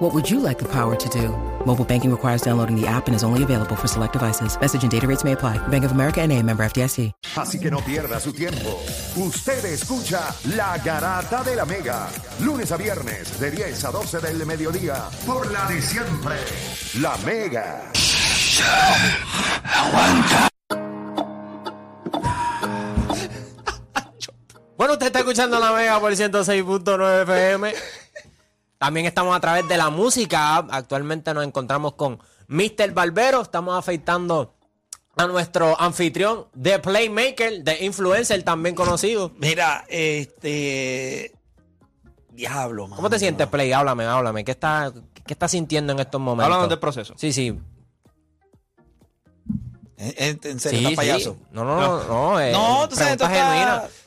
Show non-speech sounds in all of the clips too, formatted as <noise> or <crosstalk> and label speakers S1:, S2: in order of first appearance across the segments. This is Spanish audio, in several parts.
S1: What would you like the power to do? Mobile banking requires downloading the app and is only available for select devices. Message and data rates may apply. Bank of America and a member FDIC.
S2: Así que no pierda su tiempo. Usted escucha La Garata de la Mega. Lunes a viernes de 10 a 12 del mediodía. Por la de siempre. La Mega.
S3: Bueno, usted está escuchando La Mega por 106.9 FM. También estamos a través de la música. app. Actualmente nos encontramos con Mr. Barbero. Estamos afeitando a nuestro anfitrión, The Playmaker, The Influencer, también conocido.
S4: Mira, este. Diablo, mano.
S3: ¿Cómo te sientes, Play? Háblame, háblame. ¿Qué estás qué estás sintiendo en estos momentos?
S5: Háblanos del proceso.
S3: Sí, sí.
S4: En, en- en serio,
S3: Sí,
S4: estás
S3: sí.
S4: payaso.
S3: No, no, no. No, eh,
S4: No, tú sabes, tú
S3: pregunta genuina.
S4: estás-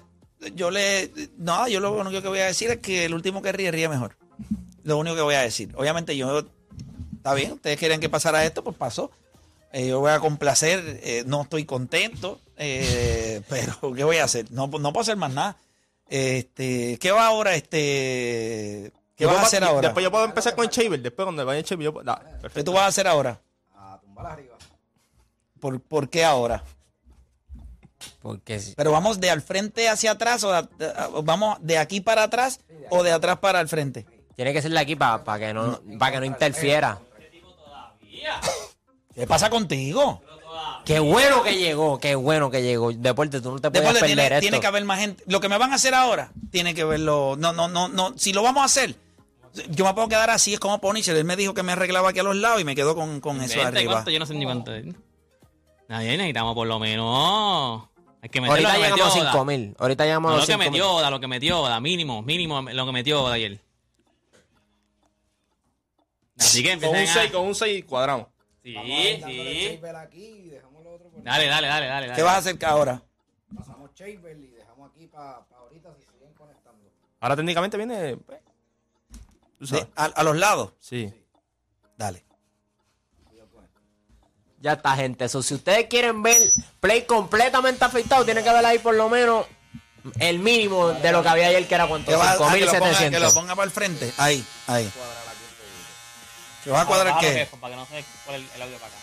S4: Yo le. No, yo lo único que voy a decir es que el último que ríe, ríe mejor. Lo único que voy a decir. Obviamente, yo. Está bien, ustedes querían que pasara esto, pues pasó. Eh, yo voy a complacer, eh, no estoy contento, eh, <laughs> pero ¿qué voy a hacer? No, no puedo hacer más nada. Este, ¿Qué va ahora? Este, ¿Qué
S5: Yo
S4: vas
S5: puedo-
S4: a hacer ahora?
S5: Después yo puedo empezar con Shaver. Después cuando vaya Shaver, yo puedo- da, perfecto.
S4: ¿Qué tú vas a hacer ahora? A tumbar arriba. ¿Por, por qué ahora?
S3: Porque sí.
S4: Pero vamos de al frente hacia atrás o de a- o vamos de aquí para atrás o de atrás para al frente.
S3: tiene que ser de aquí para que, no, pa' que no interfiera.
S4: ¿Qué pasa contigo?
S3: Qué bueno que llegó, qué bueno que llegó. Deporte, tú no te puedes
S4: Después
S3: perder
S4: tiene,
S3: esto.
S4: tiene que haber más gente. Lo que me van a hacer ahora, tiene que verlo. No, no, no, no. Si lo vamos a hacer, yo me puedo quedar así, es como Ponichel. Él me dijo que me arreglaba aquí a los lados y me quedó con, con eso
S6: 20,
S4: arriba.
S6: ¿este ¿cuánto? Yo no sé ni cuánto es. Nadie necesitamos por lo menos. Hay que meter
S3: Ahorita
S6: lo que metió
S3: llegamos a
S6: Oda.
S3: 5 mil. Ahorita llegamos
S6: No,
S3: a
S6: lo
S3: los
S6: que
S3: 5 mil.
S6: metió Oda, lo que metió Oda, mínimo, mínimo lo que metió Oda ayer. Así que
S5: Con un
S6: empiecen a...
S5: 6, con un 6 cuadramos.
S6: Sí, sí. Dale, dale, dale, dale.
S4: ¿Qué
S6: dale.
S4: vas a hacer ahora?
S5: Ahora técnicamente viene. pues, tú sabes.
S4: De- a, a los lados.
S5: Sí.
S4: Dale.
S3: Ya está, gente. Eso, si ustedes quieren ver play completamente afectado, tienen que ver ahí por lo menos el mínimo de lo que había ayer, que era cuánto,
S4: Que, va, ah, que, lo ponga, que lo
S3: 5.700.
S4: ponga para el frente. Ahí, ahí. ¿Que vas a
S3: Ah,
S4: cuadrar
S6: Bájalo,
S4: qué?
S6: jefe, Para que no se cuál es el audio para acá.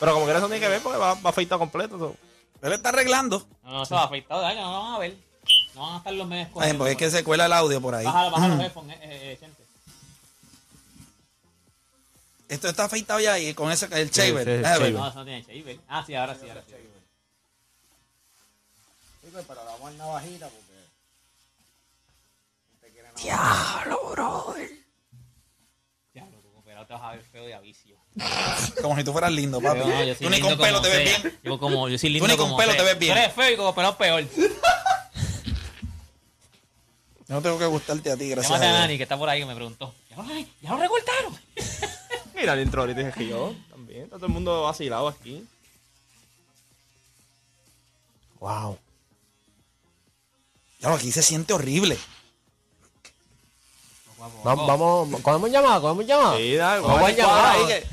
S5: Pero como que eso tiene que ver porque va, va afeitado completo. so.
S4: Él está arreglando.
S6: No, no, se va afectado, dale, no lo van a ver. No van a estar los medios
S4: Ay, porque es que Mm. se cuela el audio por ahí.
S6: Bájalo, bájalo, headphones, eh, eh, eh, gente.
S4: Esto está afeitado ya ahí con ese, el shaver.
S5: sí, el
S4: Ah,
S5: shaver.
S4: bueno.
S6: No, eso no tiene shaver. Ah, sí, ahora sí, ahora sí. pero vamos al navajita porque. Diablo, brother. Diablo, tú pero te vas a ver feo de avicio.
S4: Como si tú fueras lindo, papi.
S6: No, yo soy
S4: tú ni
S6: lindo
S4: con pelo
S6: como
S4: te ves
S6: sea.
S4: bien.
S6: Yo, como, yo soy lindo
S4: ni con
S6: como
S4: pelo
S6: sea.
S4: te ves bien.
S6: Tú eres feo y con pelo peor.
S4: Yo no tengo que gustarte a ti, gracias.
S6: Llámate a
S4: a Dios.
S6: Nani, que está por ahí, que me preguntó. ¿Ya lo, re- ya lo recortaron?
S5: Mira el intro ahorita dije que yo también. Está todo el mundo vacilado aquí.
S3: Wow.
S4: Ya, aquí se siente horrible.
S3: Vamos, vamos, cogemos llamada, cogemos llamada.
S5: Sí, dale,
S3: Vamos a
S5: vamos
S3: llamar.
S5: ahí que-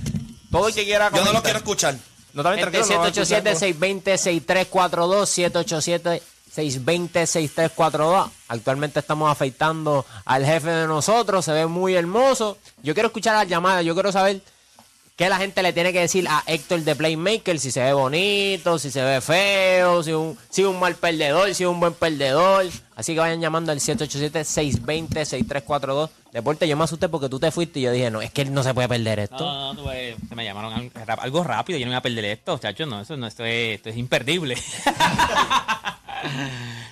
S5: Todo el que quiera
S4: Yo no lo
S5: comentar.
S4: quiero escuchar.
S5: No está bien,
S3: Gente,
S5: tranquilo, no va a escuchar,
S3: 787-620-6342, 787-620-6342. Actualmente estamos afeitando al jefe de nosotros, se ve muy hermoso. Yo quiero escuchar las llamadas, yo quiero saber qué la gente le tiene que decir a Héctor de Playmaker, si se ve bonito, si se ve feo, si un, si un mal perdedor, si un buen perdedor. Así que vayan llamando al 787-620-6342. Deporte, yo me asusté porque tú te fuiste y yo dije, no, es que él no se puede perder
S6: No,
S3: esto.
S6: no, no, tú, eh, se me llamaron al- rap- algo rápido. Yo no me voy a perder esto, chacho. No, eso no, esto es, esto es imperdible.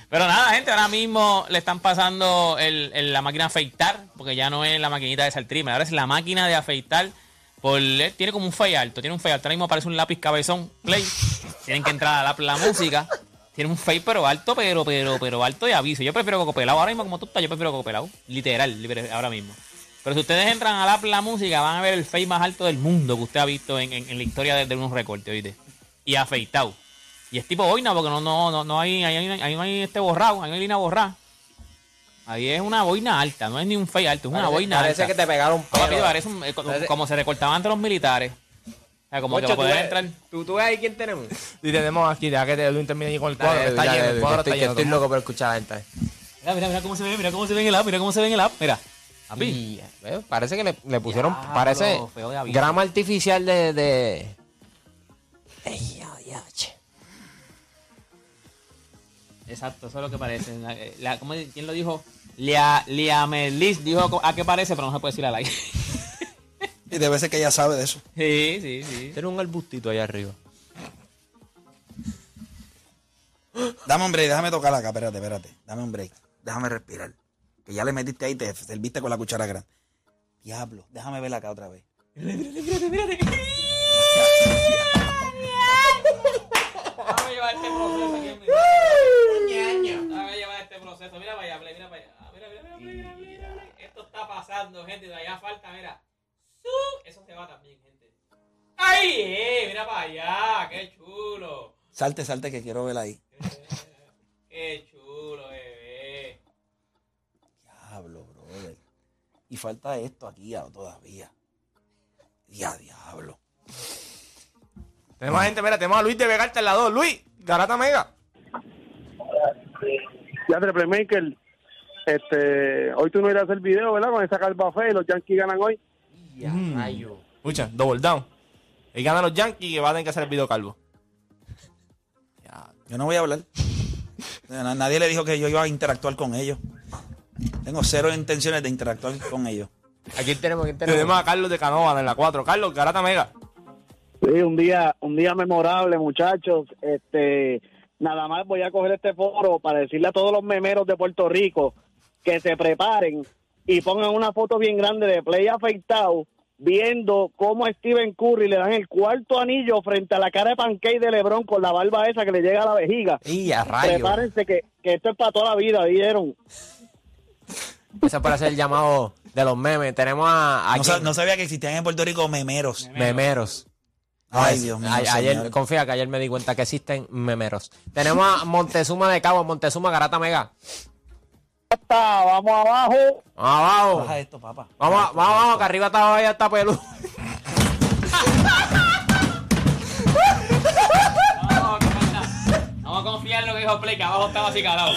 S6: Pero nada, gente, ahora mismo le están pasando el, el- la máquina a afeitar, porque ya no es la maquinita de saltrimer, ahora es la máquina de afeitar. Por, eh, tiene como un fade alto, tiene un fade alto. Ahora mismo aparece un lápiz cabezón, play. Tienen que entrar a la, la música. Tiene un fade pero alto, pero, pero, pero alto de aviso. Yo prefiero Coco Pelado. Ahora mismo, como tú estás, yo prefiero Coco Pelado. Literal, libre- ahora mismo. Pero si ustedes entran al app La Música, van a ver el fade más alto del mundo que usted ha visto en, en- en la historia de, de unos recortes, ¿oíste? Y afeitado. Y es tipo boina, porque no, no, no, no hay, ahí, no hay- ahí no hay este borrado, ahí no hay línea borrada. Ahí es una boina alta, no es ni un fade alto, es una
S3: parece,
S6: boina
S3: Ah, parece que
S6: alta.
S3: te pegaron pelo.
S6: Papi, parece un- eh, co- como,
S3: Parece-
S6: se recortaban entre los militares. O sea, como
S3: Moncho, tú
S6: que para poder
S3: ves-
S6: entrar.
S3: ¿Tú, tú ves ahí quién
S7: <laughs>
S3: tenemos.
S7: Y tenemos aquí, deja que Edwin termine allí con el cuadro.
S3: Dale,
S7: que está
S3: dale,
S7: lleno,
S3: dale,
S7: el cuadro
S3: que
S7: está
S3: estoy, que
S7: lleno.
S3: estoy loco por escuchar a la gente.
S6: Mira, mira, mira cómo se ve, mira cómo se ve en el app, mira cómo se ve en el app, mira. Papi.
S3: Y, eh, parece que le, le pusieron,
S6: Diablo,
S3: parece,
S6: feo de aviso.
S3: grama artificial de... de... Ey, ya, ya, che.
S6: Mm, Exacto, eso es lo que parece. La- eh, la- ¿cómo- ¿Quién lo dijo? Lea, Liamelis dijo co- a qué parece, pero no se puede decir al aire.
S4: Y debe ser que ella sabe de eso.
S6: sí, sí, sí.
S3: Tiene un arbustito allá arriba.
S4: Dame un break, déjame tocar acá, espérate, espérate. Dame un break. Déjame respirar. Que ya le metiste ahí, te serviste con la cuchara grande. Diablo, déjame verla acá otra vez.
S6: Vamos a llevar este proceso aquí. Vamos a llevar este proceso. Mira para allá, play, mira para allá. Ah, Mira, mira, mira, mira, mira, mira. Esto está pasando, gente. De allá falta, mira. ¡Zu! Eso se va también, gente. ¡Ay, eh! Mira para allá. ¡Qué chulo!
S4: Salte, salte, que quiero verla ahí.
S6: ¡Qué chulo, bebé!
S4: Diablo, brother. Y falta esto aquí ah, todavía. Ya, diablo.
S7: Tenemos gente, mira, tenemos a Luis de Vegarte al lado. Luis, Garata Mega.
S8: Ya, Triple Maker, este, hoy tú no irás a hacer video, ¿verdad? Con esa calva fea y los Yankees ganan hoy.
S3: Mm.
S7: Escucha, double down. Y ganan los Yankees que van a tener que hacer el video calvo.
S4: Yo no voy a hablar. Na- Nadie le dijo que yo iba a interactuar con ellos. Tengo cero intenciones de interactuar con ellos.
S3: ¿A quién tenemos? ¿A quién tenemos?
S7: Tenemos a Carlos de Canova en la 4. Carlos, Garata Mega.
S8: Sí, un día, un día memorable, muchachos. Este, nada más voy a coger este foro para decirle a todos los memeros de Puerto Rico que se preparen y pongan una foto bien grande de Play afectado viendo cómo a Steven Curry le dan el cuarto anillo frente a la cara de pancake de LeBron con la barba esa que le llega a la vejiga.
S3: Y a rayo.
S8: Prepárense que, que esto es para toda la vida, ¿vieron?
S3: Ese puede ser el llamado de los memes. Tenemos a... a
S4: No, sa-
S3: quién?
S4: no sabía que existían en Puerto Rico memeros.
S3: Memeros.
S4: Ay, Dios mío.
S3: A- ayer,
S4: señor.
S3: confía que ayer me di cuenta que existen memeros. Tenemos a Montezuma de Cabo, Montezuma Garata Mega.
S8: Hasta, vamos abajo.
S3: Abajo.
S4: Baja esto, papá.
S3: Vamos, a- vamos, vamos, que arriba está ya está peludo.
S6: Vamos, que falta. Vamos a confiar en lo que dijo Play, que abajo estaba así calado.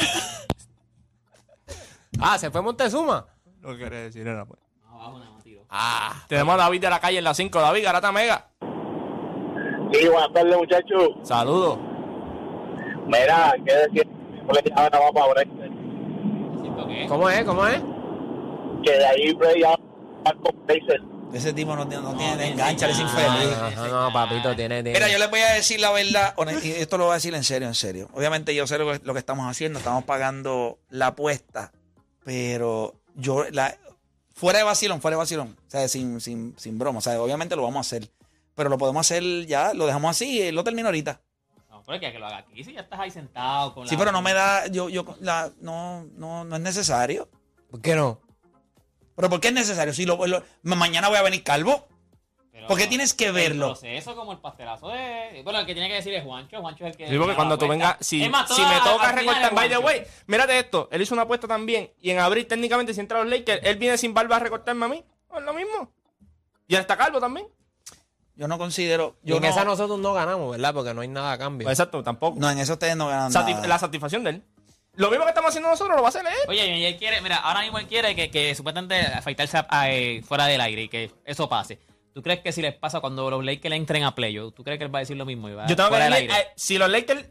S3: Ah, se fue Montezuma.
S7: Lo que quería decir era, pues.
S6: Abajo nada más tiro.
S3: Ah,
S7: Tenemos a David de la calle en la 5. David, Garata Mega.
S8: Sí, buenas tardes, muchachos.
S7: Saludos.
S8: Mira, ¿qué decir? Pues ya ahora vamos a ver
S6: Siento que
S3: ¿cómo es? ¿Cómo es?
S8: que de ahí Bray ya con Pacers.
S4: Ese tipo no, tiene- no
S6: no
S4: tiene
S6: tiene
S4: engancha, es
S6: nada.
S4: infeliz.
S3: Ah, ajá, no, papito, tiene, tiene.
S7: Eh.
S4: Mira, yo les voy a decir la verdad, honest- y esto lo voy a decir en serio, en serio. Obviamente yo sé lo que, lo que estamos haciendo, estamos pagando la apuesta, pero yo, la, fuera de vacilón, fuera de vacilón, o sea, sin, sin, sin broma, o sea, obviamente lo vamos a hacer, pero lo podemos hacer ya, lo dejamos así, eh, lo termino ahorita.
S6: No, pero que, que lo haga aquí. Si ya estás ahí sentado con la.
S4: Sí, pero no me da, yo, yo, la, no, no, no es necesario.
S3: ¿Por qué no?
S4: ¿Pero por qué es necesario? Si lo, lo- mañana voy a venir calvo.
S6: Pero
S4: ¿Por qué tienes que verlo?
S6: El proceso como el pastelazo de. Bueno, el que tiene que decir es Juancho. Juancho es el que.
S7: Sí, porque cuando tú vengas, si, si me toca recortar, by the way, mírate esto, él hizo una apuesta también, y en abril técnicamente si entra los Lakers, él viene sin barba a recortarme a mí, es lo mismo. Y él está calvo también.
S4: Yo no considero,
S3: Y
S4: yo
S3: en
S4: no,
S3: esa nosotros no ganamos, ¿verdad? Porque no hay nada a cambio.
S7: Pues Exacto, tampoco.
S4: no, en eso ustedes no ganan
S7: Sati-
S4: nada.
S7: La satisfacción de él. Lo mismo que estamos haciendo nosotros lo va a hacer él.
S6: Oye, y él quiere. Mira, ahora mismo él quiere que, que supuestamente afeitarse a- a, eh, fuera del aire y que eso pase. ¿Tú crees que si les pasa cuando los Lakers le entren a playo, tú crees que él va a decir lo mismo? Y va
S7: Yo tengo que
S6: fuera del
S7: venir,
S6: aire?
S7: eh, si los Lakers,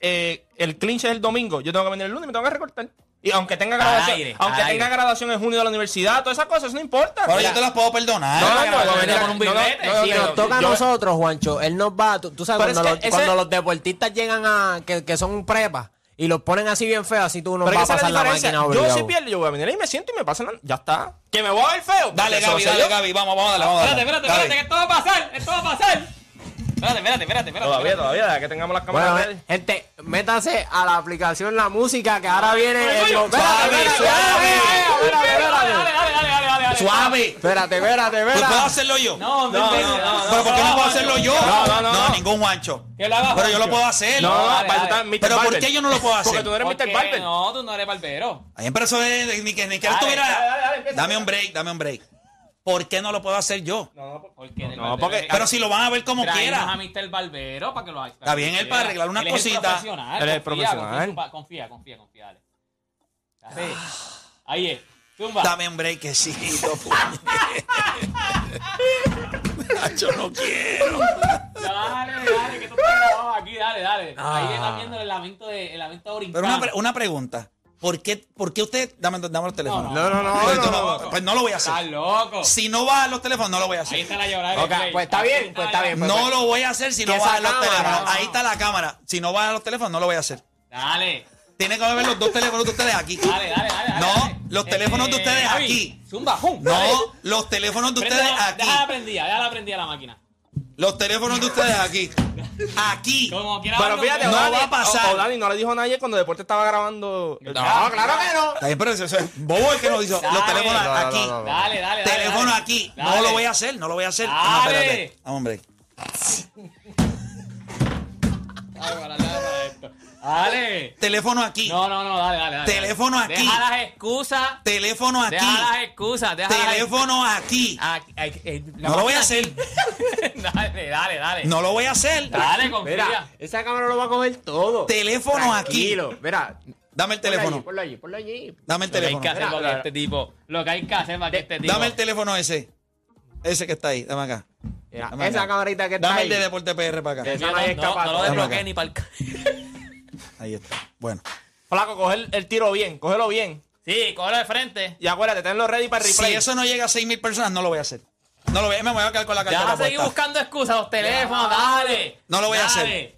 S7: eh, el clinch es el domingo, yo tengo que venir el lunes y me tengo que recortar. Y aunque tenga graduación,
S6: aire,
S7: aunque
S6: al
S7: tenga
S6: aire.
S7: graduación en junio de la universidad, todas esas cosas, eso no importa.
S4: Ahora
S7: Mira,
S4: yo te las puedo perdonar.
S7: No, no,
S6: Pero
S7: no,
S6: que
S7: no,
S6: venga
S7: no,
S6: con un
S7: no, no,
S6: birrete,
S7: no,
S6: sí,
S3: Si
S7: no,
S3: nos toca a
S7: yo-
S3: nosotros, Juancho, él nos va. Tú, tú sabes,
S7: Pero
S3: cuando,
S7: es
S3: los,
S7: que ese-
S3: cuando los deportistas llegan a. que, que son prepas y los ponen así bien feos, así tú nos
S7: Pero
S3: vas a
S7: es que esa
S3: pasar
S7: es la
S3: la
S7: diferencia.
S3: máquina
S7: yo
S3: obligado.
S7: si pierdo, yo voy a venir ahí, me siento y me pasan. la- Ya está. Que me voy a ver feo.
S4: Dale,
S7: Porque eso
S4: Gaby,
S7: lo sé
S4: dale,
S7: yo.
S4: Gaby. Vamos, vamos, dale, vamos.
S6: Espérate,
S4: dale.
S6: espérate,
S4: Gaby.
S6: espérate, que esto va a pasar. Esto va a pasar. Espérate, espérate, espérate. espérate
S7: Todavía, todavía, deja que tengamos las cámaras.
S3: Bueno, eh,
S7: ready.
S3: gente, métase a la aplicación La Música, que ahora viene el
S7: Suave,
S3: momento. Espérate, espérate,
S7: suave.
S3: espérate, espérate, espérate,
S6: dale, dale, dale, dale, dale, dale, dale.
S4: Suave.
S3: Espérate, espérate,
S4: Pues puedo
S3: espérate.
S4: hacerlo yo.
S6: No, no,
S7: No,
S6: no,
S7: no,
S6: no,
S4: ¿Pero por qué no puedo
S6: Juancho.
S4: hacerlo yo?
S7: No, no, no, no.
S4: ningún guancho.
S6: Que lo haga
S4: Pero yo
S6: Juancho.
S4: lo puedo hacer.
S7: No, no,
S6: Dale, dale.
S7: para tú estás Mr.
S4: Pero ¿por
S7: Barber.
S4: qué yo no lo puedo hacer?
S7: Porque tú no eres Mr.
S6: Porque
S7: Barber.
S6: No, tú no eres barbero.
S4: Ay, pero eso es- ni que, ni que él
S6: Dale,
S4: tuviera-
S6: dale,
S4: Dame un break, dame un break. ¿Por qué no lo puedo hacer yo?
S6: Porque
S7: no, porque-
S4: Pero si lo van a ver como
S6: Traemos
S4: quiera.
S6: a Mr. Barbero para que lo haga.
S4: Está bien, él para arreglar unas
S6: Él es el
S4: cositas.
S6: profesional,
S7: Él es el
S6: confía,
S7: profesional.
S6: Confía, confía, confía, confía, dale. Dale. Ahí es. Tumba.
S4: Dame un break, que sí. Yo no quiero.
S6: Dale, dale, que tú estás grabado aquí, dale, dale. Ahí está viendo el lamento de el lamento orientado.
S4: Ah. Pero una, pre- Oh, una pregunta. ¿Por qué, ¿Por qué usted... Dame, dame los teléfonos.
S7: No, no, no.
S4: Pues
S7: no,
S4: tú
S7: no.
S4: no- Pues no lo voy a
S6: Estás
S4: hacer.
S6: loco.
S4: Si no va a los teléfonos, no lo voy a
S6: Ahí
S4: hacer.
S6: está la llorada.
S3: Ok, pues está bien, pues está bien.
S4: No lo voy a hacer si no
S3: Que
S4: va a
S3: esa
S4: los
S3: cámara,
S4: teléfonos.
S3: no.
S4: Ahí está la cámara. Si no va a los teléfonos, no lo voy a hacer.
S6: Dale.
S4: Tiene que haber los dos teléfonos de ustedes aquí.
S6: Dale, dale, dale. dale,
S4: No,
S6: dale. Eh,
S4: los teléfonos de ustedes
S6: Javi,
S4: aquí.
S6: Zumba, pum. dale.
S4: No, los teléfonos de ustedes
S6: Préndela,
S4: aquí.
S6: Déjala prendida, déjala prendida la máquina.
S4: Los teléfonos de ustedes aquí. Aquí.
S6: Como quiera.
S7: Pero
S6: verlo,
S7: fíjate,
S4: No
S7: Dani-
S4: va a pasar.
S7: o- o Dani no le dijo a nadie cuando Deporte estaba grabando. el-
S3: No, claro que no.
S4: Está bien, pero eso es bobo el que nos hizo. Los
S6: Dale.
S4: teléfonos
S6: No,
S4: aquí.
S6: Dale, dale, dale.
S4: Teléfono
S6: dale.
S4: aquí.
S6: Dale.
S4: No lo voy a hacer, no lo voy a hacer.
S6: Dale.
S4: No, espérate. Ah, Hombre.
S6: Dale, para, dale, para esto. Dale.
S4: Teléfono aquí.
S6: No, no, no, dale, dale. dale.
S4: Teléfono aquí.
S6: Deja las excusas.
S4: Teléfono aquí.
S6: Deja las excusas. Deja las
S4: Teléfono aquí.
S6: Ah, ay, ay, la
S4: No lo voy
S6: máquina
S4: a hacer.
S6: aquí. <laughs> dale, dale, dale.
S4: No lo voy a hacer.
S6: Dale, confía.
S3: Mira, esa cámara lo va a comer todo.
S4: Teléfono aquí.
S3: Tranquilo, mira.
S4: Dame el
S3: ponlo allí,
S4: teléfono.
S3: Ponlo allí, ponlo allí.
S4: Dame el
S6: Lo que hay que
S4: teléfono.
S6: hacer para que este tipo. Lo que hay que hacer para que este tipo.
S4: Dame el teléfono ese. Ese que está ahí. Dame acá.
S3: Mira,
S4: Dame
S3: esa
S4: acá.
S3: camarita que está
S4: Dame
S3: ahí.
S4: el de Deporte PR para acá.
S3: Esa no hay
S6: no, no,
S3: escapatoria.
S6: no lo
S4: Dame acá.
S6: desbloquees ni para el. ca-
S4: Ahí está. Bueno.
S7: Flaco, coge el, el tiro bien, cógelo bien.
S6: Sí, cógelo de frente.
S7: Y acuérdate, tenlo ready para el
S4: Si
S7: replay.
S4: eso no llega a 6.000 personas, no lo voy a hacer. No lo voy a Me voy a quedar con la
S6: Ya
S4: cartera
S6: vas a seguir
S4: puesta.
S6: buscando excusas, los teléfonos, dale.
S4: No lo voy a hacer.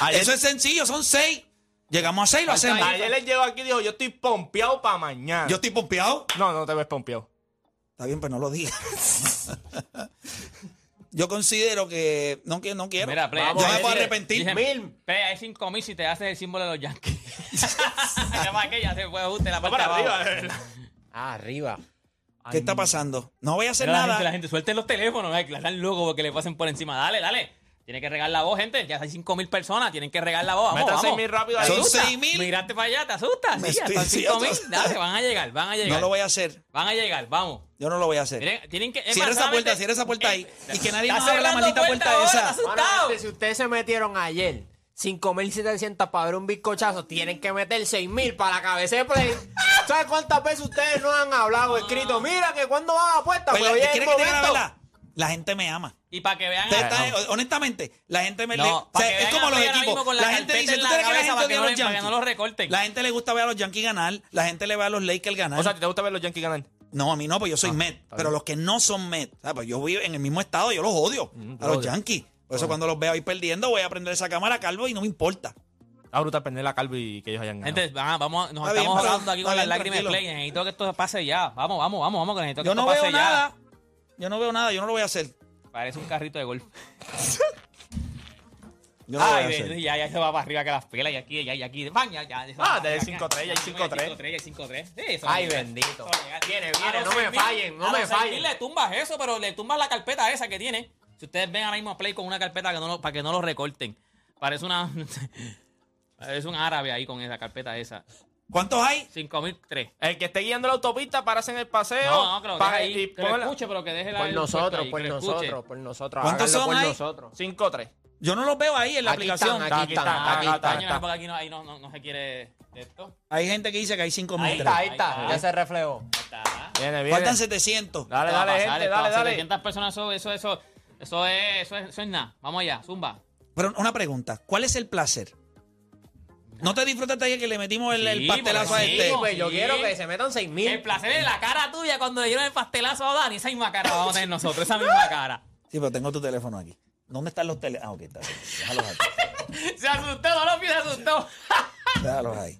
S6: Dale.
S4: Eso es sencillo. Son 6. Llegamos a 6 lo hacemos.
S7: Ayer él llegó aquí y dijo, yo estoy pompeado para mañana.
S4: Yo estoy pompeado.
S7: No, no te ves pompeado.
S4: Está bien, pero no lo digas. <laughs> Yo considero que no, que no quiero.
S6: Mira, play,
S4: Yo
S6: play,
S4: me puedo
S6: dije-
S4: arrepentir.
S6: dije,
S3: Mil.
S6: play, hay cinco mil si te haces el símbolo de los Yankees.
S4: <laughs>
S6: ya para que ya se fue ajuste la parte
S7: Para
S6: de abajo.
S7: arriba, eh. de
S4: eh.
S7: verdad.
S3: Ah, arriba.
S4: ¿Qué está pasando? No voy a hacer
S6: Pero la gente, la
S4: nada.
S6: gente, suelten los teléfonos, eh, que la están locos porque le pasen por encima. Dale, dale. Tienen que regar la voz, gente. Ya hay cinco mil personas, tienen que regar la voz. Vamos,
S7: Metan
S6: vamos.
S7: 6.000 rápido ahí.
S6: ¿Te
S4: Son
S6: asusta?
S4: 6.000.
S6: Migrate para allá, te asustas.
S4: Me
S6: Sí, ya
S4: estoy
S6: están cinco mil.
S4: asustando.
S6: Dale, van a llegar, van a llegar.
S4: No lo voy a hacer.
S6: Van a llegar, vamos.
S4: Yo no lo voy a hacer.
S6: Tienen, tienen que. es
S4: Cierra
S6: más,
S4: esa puerta,
S6: solamente-
S4: cierra esa puerta ahí. Y que nadie
S6: Está
S4: nos abra la
S6: cerrando
S4: maldita
S6: puerta
S4: puerta
S6: ahora,
S4: esa. este
S6: está su-
S3: Bueno,
S6: Asustado.
S3: gente, si ustedes se metieron ayer 5.700 para ver un bizcochazo, tienen que meter 6.000 para la cabeza de
S7: <laughs>
S3: play. ¿Sabes cuántas veces ustedes no han hablado,
S7: Ah.
S3: escrito? Mira, que cuando van a la puerta,
S4: Pues
S3: pues
S4: la-
S3: hoy es el
S4: ¿Quieres que te diga la
S3: momento.
S4: verdad? La gente me ama.
S6: Y para que vean.
S4: Ustedes
S6: a-
S4: están- eh, honestamente, la gente me
S6: Ah, No,
S4: le-
S6: pa'
S4: o sea,
S6: que
S4: es
S6: vengan
S4: como
S6: a
S4: los
S6: ver ahora mismo
S4: equipos.
S6: con la
S4: La gente
S6: carpeta
S4: dice,
S6: en
S4: ¿tú
S6: la
S4: crees que la
S6: cabeza
S4: gente
S6: para que
S4: odia a
S6: no
S4: los
S6: le- para que
S4: Yankees?
S6: no los recorten?
S4: La gente le gusta ver a los Yankees ganar, la gente le ve a los Lakers ganar.
S7: O sea, ¿te gusta ver los Yankees ganar?
S4: no, a mí no, pues yo
S6: ah,
S4: soy Met, pero los que no son Met, o sea, pues yo vivo en el mismo estado, yo los odio
S6: Mm,
S4: a los Yankees. Por eso cuando los veo ahí perdiendo, voy a prender esa cámara calvo y no me importa.
S7: Ah, brutal, perder la calva y que ellos hayan ganado.
S6: Gente, va- vamos, nos
S4: Está bien,
S6: estamos
S4: pero-
S6: hablando aquí
S4: está
S6: con las
S4: bien,
S6: lágrimas de
S4: tranquilo.
S6: play. Necesito que esto pase ya. Vamos, vamos, vamos, vamos, que necesito que
S4: Yo
S6: esto
S4: no
S6: pase
S4: veo
S6: ya.
S4: nada. Yo no veo nada, yo no lo voy a hacer.
S6: Parece un carrito de golf.
S4: Yo no lo voy a
S6: Ay,
S4: hacer.
S6: ya, ya se va para arriba que las pelas y aquí, ya, y aquí, van, ya, ya.
S7: Ah, de 5-3, ya hay 5-3.
S6: 5-3, 5-3. Sí, eso
S3: Ay,
S6: llega.
S3: bendito.
S6: Eso llega.
S3: Viene,
S6: A
S3: viene,
S6: los
S3: no me
S6: 6.000,
S3: fallen, no
S6: a
S3: me
S6: los 6.000
S3: fallen.
S6: le tumbas eso, pero le tumbas la carpeta esa que tiene. Si ustedes ven ahora mismo a Play con una carpeta que no lo- para que no lo recorten. Parece una... <laughs> Parece un árabe ahí con esa carpeta esa.
S4: ¿Cuántos hay?
S6: 5003.
S7: El que esté guiando la autopista, párase en el paseo.
S6: No, no, que lo deje
S7: para- y
S6: ahí. Que lo
S7: ponla-
S6: escuche, pero que deje la
S3: Por
S6: el puesto
S3: nosotros,
S6: ahí,
S3: por
S6: que lo escuche.
S3: nosotros, por nosotros.
S4: ¿Cuántos
S3: Háganlo
S4: son
S3: por
S4: ahí?
S3: nosotros.
S7: 5-3.
S4: Yo no los veo ahí en la
S3: Aquí
S4: aplicación.
S3: están, aquí,
S7: Aquí
S3: están,
S7: están,
S3: aquí
S7: aquí
S3: están.
S7: están.
S6: Coño, no, porque aquí no, ahí no, no, no se quiere esto.
S4: Hay gente que dice que hay 5
S3: Ahí
S4: mil.
S3: está, ahí está,
S6: Ahí
S3: ya
S6: está.
S3: se reflejó.
S6: Está.
S7: Viene, viene.
S4: Faltan 700.
S7: Dale,
S6: Esto va a pasar,
S7: dale, gente,
S6: esto va a
S7: dale,
S6: ser
S7: dale.
S6: 700 personas, eso, eso, eso, eso es, eso es, eso es nada. Vamos allá, zumba.
S4: Pero una pregunta, ¿cuál es el placer? ¿No te disfrutaste ayer que le metimos el, el
S6: Sí,
S4: pastelazo a
S6: porque
S4: este?
S6: sí,
S3: Pues yo
S6: Sí.
S3: quiero que se metan
S6: El
S3: 6.000.
S6: placer es la cara tuya cuando le dieron el pastelazo a Dani. Esa misma cara vamos a tener nosotros, esa misma cara.
S4: Sí, pero tengo tu teléfono aquí. ¿Dónde están los teléfonos? Ah, ok, está bien. Déjalos aquí.
S6: Se asustó, no lo se asustó.
S4: Déjalos ahí.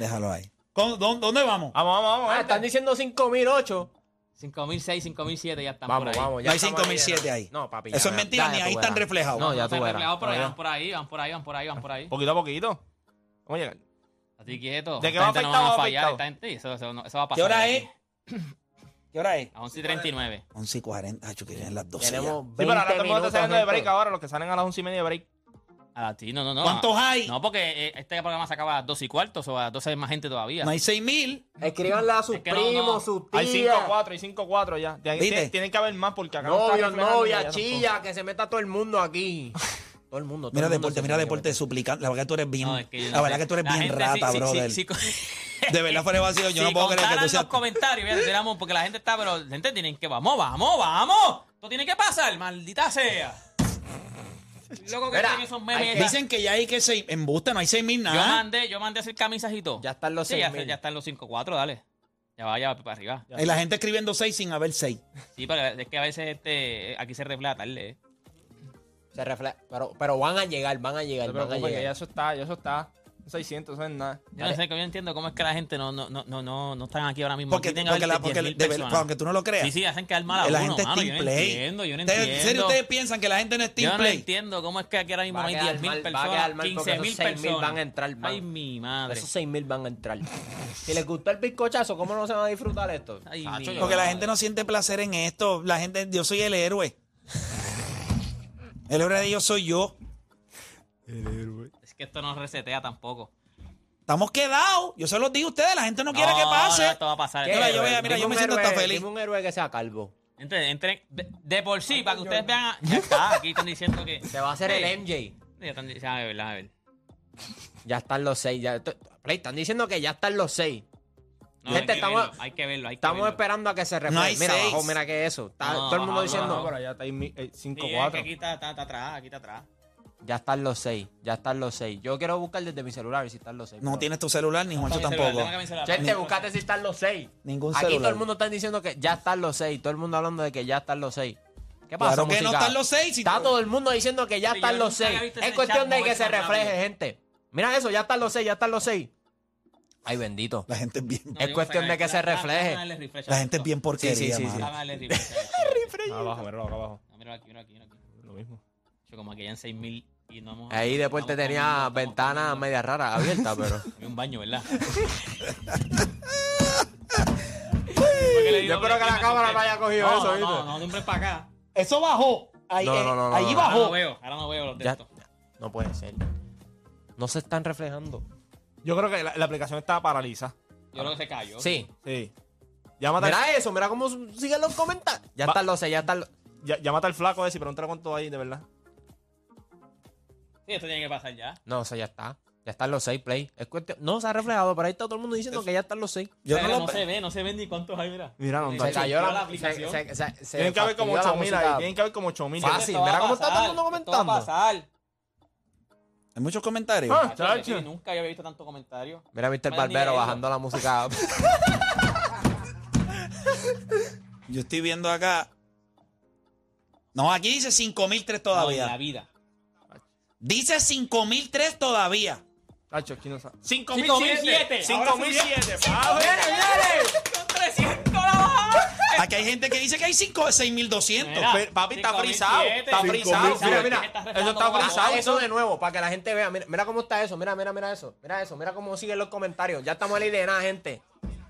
S4: Déjalos ahí. ¿Con- dó- ¿Dónde vamos?
S7: Vamos, vamos, vamos.
S3: Ah,
S7: gente.
S3: están diciendo 5.008.
S6: 5006, 5007 ya están por
S3: Vamos,
S6: ahí.
S3: vamos.
S4: No hay
S3: estamos
S4: 5.007 ahí.
S3: No, papi.
S4: Eso es
S3: ya,
S4: mentira,
S3: ya
S4: ni
S3: tú
S4: ahí están
S3: verás.
S4: reflejados.
S3: No, ya
S6: Están
S3: tú verás.
S6: reflejados por ahí,
S3: no,
S6: van por ahí, van por ahí, van por ahí, van por ahí.
S7: Poquito a poquito. Vamos a llegar.
S6: Así quieto.
S7: ¿De qué
S6: Esta
S7: va
S6: gente no
S7: afectado,
S6: van a
S7: va
S6: fallar,
S7: afectado?
S6: esta gente- eso, eso no- eso va a pasar.
S4: ¿Qué hora es? ¿Qué hora es?
S6: A 11 y 39.
S4: 11 y 40. Ay, yo que vienen las 12. ya.
S3: Tenemos 20
S7: Sí, pero ahora todo el mundo
S3: minutos,
S7: está saliendo de break
S3: gente.
S7: ahora, los que salen a las 11 y media de break.
S6: A la ti, no, no, no.
S4: ¿Cuántos hay?
S6: No, porque eh, este programa se acaba a las 2 y cuarto, o a las 12 hay más gente todavía.
S4: No hay 6 mil.
S3: Escríbanle a sus
S6: Es que no,
S3: primos,
S6: no.
S3: sus
S7: Hay
S3: tías,
S7: 5-4, hay 5-4 ya. Tienen-
S4: ¿Viste?
S7: tienen- Tienen que haber más porque acá no está
S3: novios,
S7: reflejando ya
S3: novias,
S7: esas
S3: chillas, que se meta todo el mundo aquí. Todo el mundo. todo
S4: Mira
S3: el mundo
S4: deporte,
S3: se
S4: mira
S3: tiene que
S4: deporte suplicante. La verdad que tú eres bien.
S6: No, es que yo no
S4: la verdad
S6: sé.
S4: que tú eres
S6: La
S4: bien
S6: gente,
S4: rata,
S6: sí, sí,
S4: brother.
S6: sí,
S4: <laughs>
S6: sí,
S4: De verdad fuera de vacío, yo
S6: <laughs> si
S4: no puedo creer que
S6: contaran
S4: tú seas.
S6: los comentarios, mira, tuviéramos- porque la gente está, pero la gente tienen que, vamos, vamos, vamos. Esto tiene que pasar, maldita sea. Loco que
S3: Mira,
S6: tienen esos memes.
S3: hay que-
S6: esas.
S4: Dicen que ya hay que 6. Embuste, no hay 6 mil
S6: yo
S4: nada.
S6: mandé, yo mandé a hacer camisas y todo.
S3: Ya están los
S6: sí, ya,
S3: 6.000.
S6: ya están los 5-4, dale. Ya vaya para arriba.
S4: Y la gente escribiendo 6 sin haber 6.
S6: Sí, pero es que a veces este, aquí se refleja tarde. eh.
S3: Se refleja- pero, pero van a llegar, van a
S7: cosas.
S3: llegar,
S7: No te
S3: van a
S7: preocupes, que ya
S3: llegar.
S7: eso está, ya eso está. 600, eso es nada.
S6: Yo no sé, que yo entiendo cómo es que la gente no, no, no, no, no, no están aquí ahora mismo.
S4: Porque,
S6: Aquí tienen
S4: porque,
S6: que
S4: la,
S6: haber
S4: porque
S6: 10.000
S4: de verdad,
S6: personas.
S4: aunque tú no lo creas.
S6: Sí, sí, hacen quedar mal a
S4: la
S6: uno,
S4: gente
S6: mano,
S4: es
S6: yo
S4: team
S6: no
S4: play.
S6: entiendo, yo no
S4: Ustedes- ¿En serio
S6: entiendo.
S4: ustedes piensan que la gente no es team
S6: Yo no
S4: play?
S6: entiendo cómo es que aquí ahora mismo
S3: Va a
S6: hay
S3: quedar
S6: 10.000
S3: mal, va a quedar
S6: personas,
S3: mal porque
S6: 15.000
S3: esos 6.000
S6: personas.
S3: van a entrar, man.
S6: Ay, mi madre.
S3: Esos 6.000 van a
S4: <laughs>
S3: entrar. si les gustó el bizcochazo, ¿cómo no se van a disfrutar esto?
S6: Ay,
S3: Chacho,
S6: mi
S3: yo-
S4: Porque la gente no siente placer en esto. La gente, yo soy el héroe. El héroe de ellos soy yo.
S6: Es que esto no resetea tampoco.
S4: Estamos quedados. Yo se los digo a ustedes. La gente no, quiere que pase.
S6: no, esto va a pasar.
S3: ¿Qué
S6: Esto va a
S4: yo
S6: pasar.
S4: voy a- mira,
S3: Dime
S4: yo
S3: un
S4: me siento
S3: héroe-
S4: hasta feliz.
S3: dime un héroe que sea calvo.
S6: Entre- entre- de, de por sí, para que ustedes vean. a- Ya está, aquí están diciendo que.
S3: Se va a hacer
S6: Sí.
S3: el MJ.
S6: Ya están diciendo, a ver, a ver.
S3: Ya están los seis. Ya, t- Play, están diciendo que ya están los seis.
S6: No,
S3: Gente,
S6: hay, que
S3: estamos-
S6: verlo, hay que verlo, hay que
S3: Estamos
S6: verlo.
S3: esperando a que se
S4: No
S3: refleje.
S4: hay
S3: mira,
S4: seis.
S3: bajó, mira que eso. Está
S6: No,
S3: todo el mundo
S6: bajó,
S3: diciendo,
S6: bajó.
S7: Ahora ya está ahí mi- eh,
S6: Sí, es que
S7: 5-4.
S6: aquí está, está- está atrás, aquí está atrás.
S3: ya están los seis, ya están los seis. Yo quiero buscar desde mi celular a ver si están los seis.
S4: No
S3: pero-
S4: tienes tu celular ni Juancho
S6: Mi celular,
S4: tampoco.
S6: tengo que mi celular.
S3: Chente, buscate si están los seis.
S4: Ningún
S3: Aquí
S4: celular.
S3: todo el mundo está diciendo que ya están los seis. Todo el mundo hablando de que ya están los seis. ¿Qué pasa,
S4: Claro que no
S3: música?
S4: están los seis, si
S3: Está
S4: tú-
S3: todo el mundo diciendo que ya
S6: Pero yo
S3: están los
S6: nunca
S3: seis.
S6: había visto
S3: Es
S6: ese
S3: cuestión
S6: chat
S3: de que
S6: moverse
S3: se
S6: tan
S3: refleje,
S6: rápido.
S3: gente. Mira eso, ya están los seis, ya están los seis. Ay, bendito.
S4: La gente es
S6: <laughs>
S4: bien.
S6: No,
S3: Es
S6: yo
S3: cuestión
S6: voy a
S3: de que se
S6: sacar- da- dame
S3: refleje.
S6: darle refresh a
S4: La gente es
S6: esto.
S4: bien porquería,
S3: Sí, sí, sí, sí.
S4: mano.
S6: Dame darle
S4: <laughs>
S6: refresh a esto.
S7: Ah, abajo, míralo acá abajo.
S6: No, míralo aquí, míralo aquí, míralo aquí.
S7: Lo mismo.
S6: Yo como que ya en 6.000 y no hemos...
S3: Ahí Deporte
S6: estamos
S3: tenía
S6: comiendo, estamos
S3: ventanas
S6: comiendo.
S3: media raras abiertas,
S6: <laughs>
S3: pero.
S6: Había un
S3: <laughs>
S6: baño, ¿verdad?
S7: Yo espero que la cámara no haya cogido
S6: No,
S7: eso,
S6: no,
S7: ¿viste?
S6: no, siempre para acá.
S4: Eso bajó. Ahí, eh,
S3: No, no, no, no,
S4: ahí
S3: no.
S6: Ahora no
S4: bajó.
S6: veo, ahora no veo los
S3: Ya-
S6: textos.
S3: no puede ser. No se están reflejando.
S7: Yo creo que la, la aplicación está paralizada.
S6: Yo creo que se cayó.
S3: Sí.
S7: Sí. Llámate, al,
S3: Mira eso, mira cómo su- siguen los comentarios. Ya
S7: Va-
S3: están los seis, ya están los.
S7: llá- llámate al flaco ese y pregúntale cuánto hay, de verdad.
S6: Sí, esto tiene que pasar ya.
S3: No, o sea, ya está. Ya están los seis play. Es cuestión- No, se ha reflejado, pero ahí está todo el mundo diciendo que ya están los seis.
S4: Yo
S6: Pero
S4: no
S6: no,
S4: lo-
S6: se ve, no se ven ni cuántos hay, mira.
S7: Mira, no,
S6: Se
S7: tacho.
S6: cayó. la aplicación.
S3: se- se- se
S7: Tienen que haber como
S3: fastidió la
S7: 8000 ahí.
S3: música.
S7: Tienen que haber como 8000.
S3: Fácil.
S6: Esto va
S3: mira
S6: a
S3: cómo está todo el
S6: pasar,
S3: mundo
S6: esto va a pasar.
S4: Hay muchos comentarios.
S7: Ah.
S6: Chacho, yo
S7: Chacho.
S6: Nunca había visto tanto comentario.
S3: Mira, Mr.
S6: Mira,
S3: Barbero
S6: ni
S3: bajando la <laughs> música.
S4: Yo estoy viendo acá. No, aquí dice 5003
S6: No, en la
S4: todavía.
S6: vida.
S4: Dice 5003 todavía.
S7: Tacho, aquí no sabe.
S6: 5007.
S7: 5007.
S6: Son 300 la bajada.
S4: Aquí hay gente que dice que hay cinco- 6200.
S6: Mira.
S7: Pe- Papi, está
S6: 5007.
S7: frisado. Está
S5: 5007.
S7: frisado. Mira,
S6: ¿Qué estás
S7: mira. Eso
S6: reflejando
S7: está
S6: como
S7: frisado.
S3: Eso de nuevo, para que la gente vea. Mira, mira cómo está eso. Mira, mira, mira eso. Mira eso. Mira cómo siguen los comentarios. Ya estamos en la idea de nada, gente.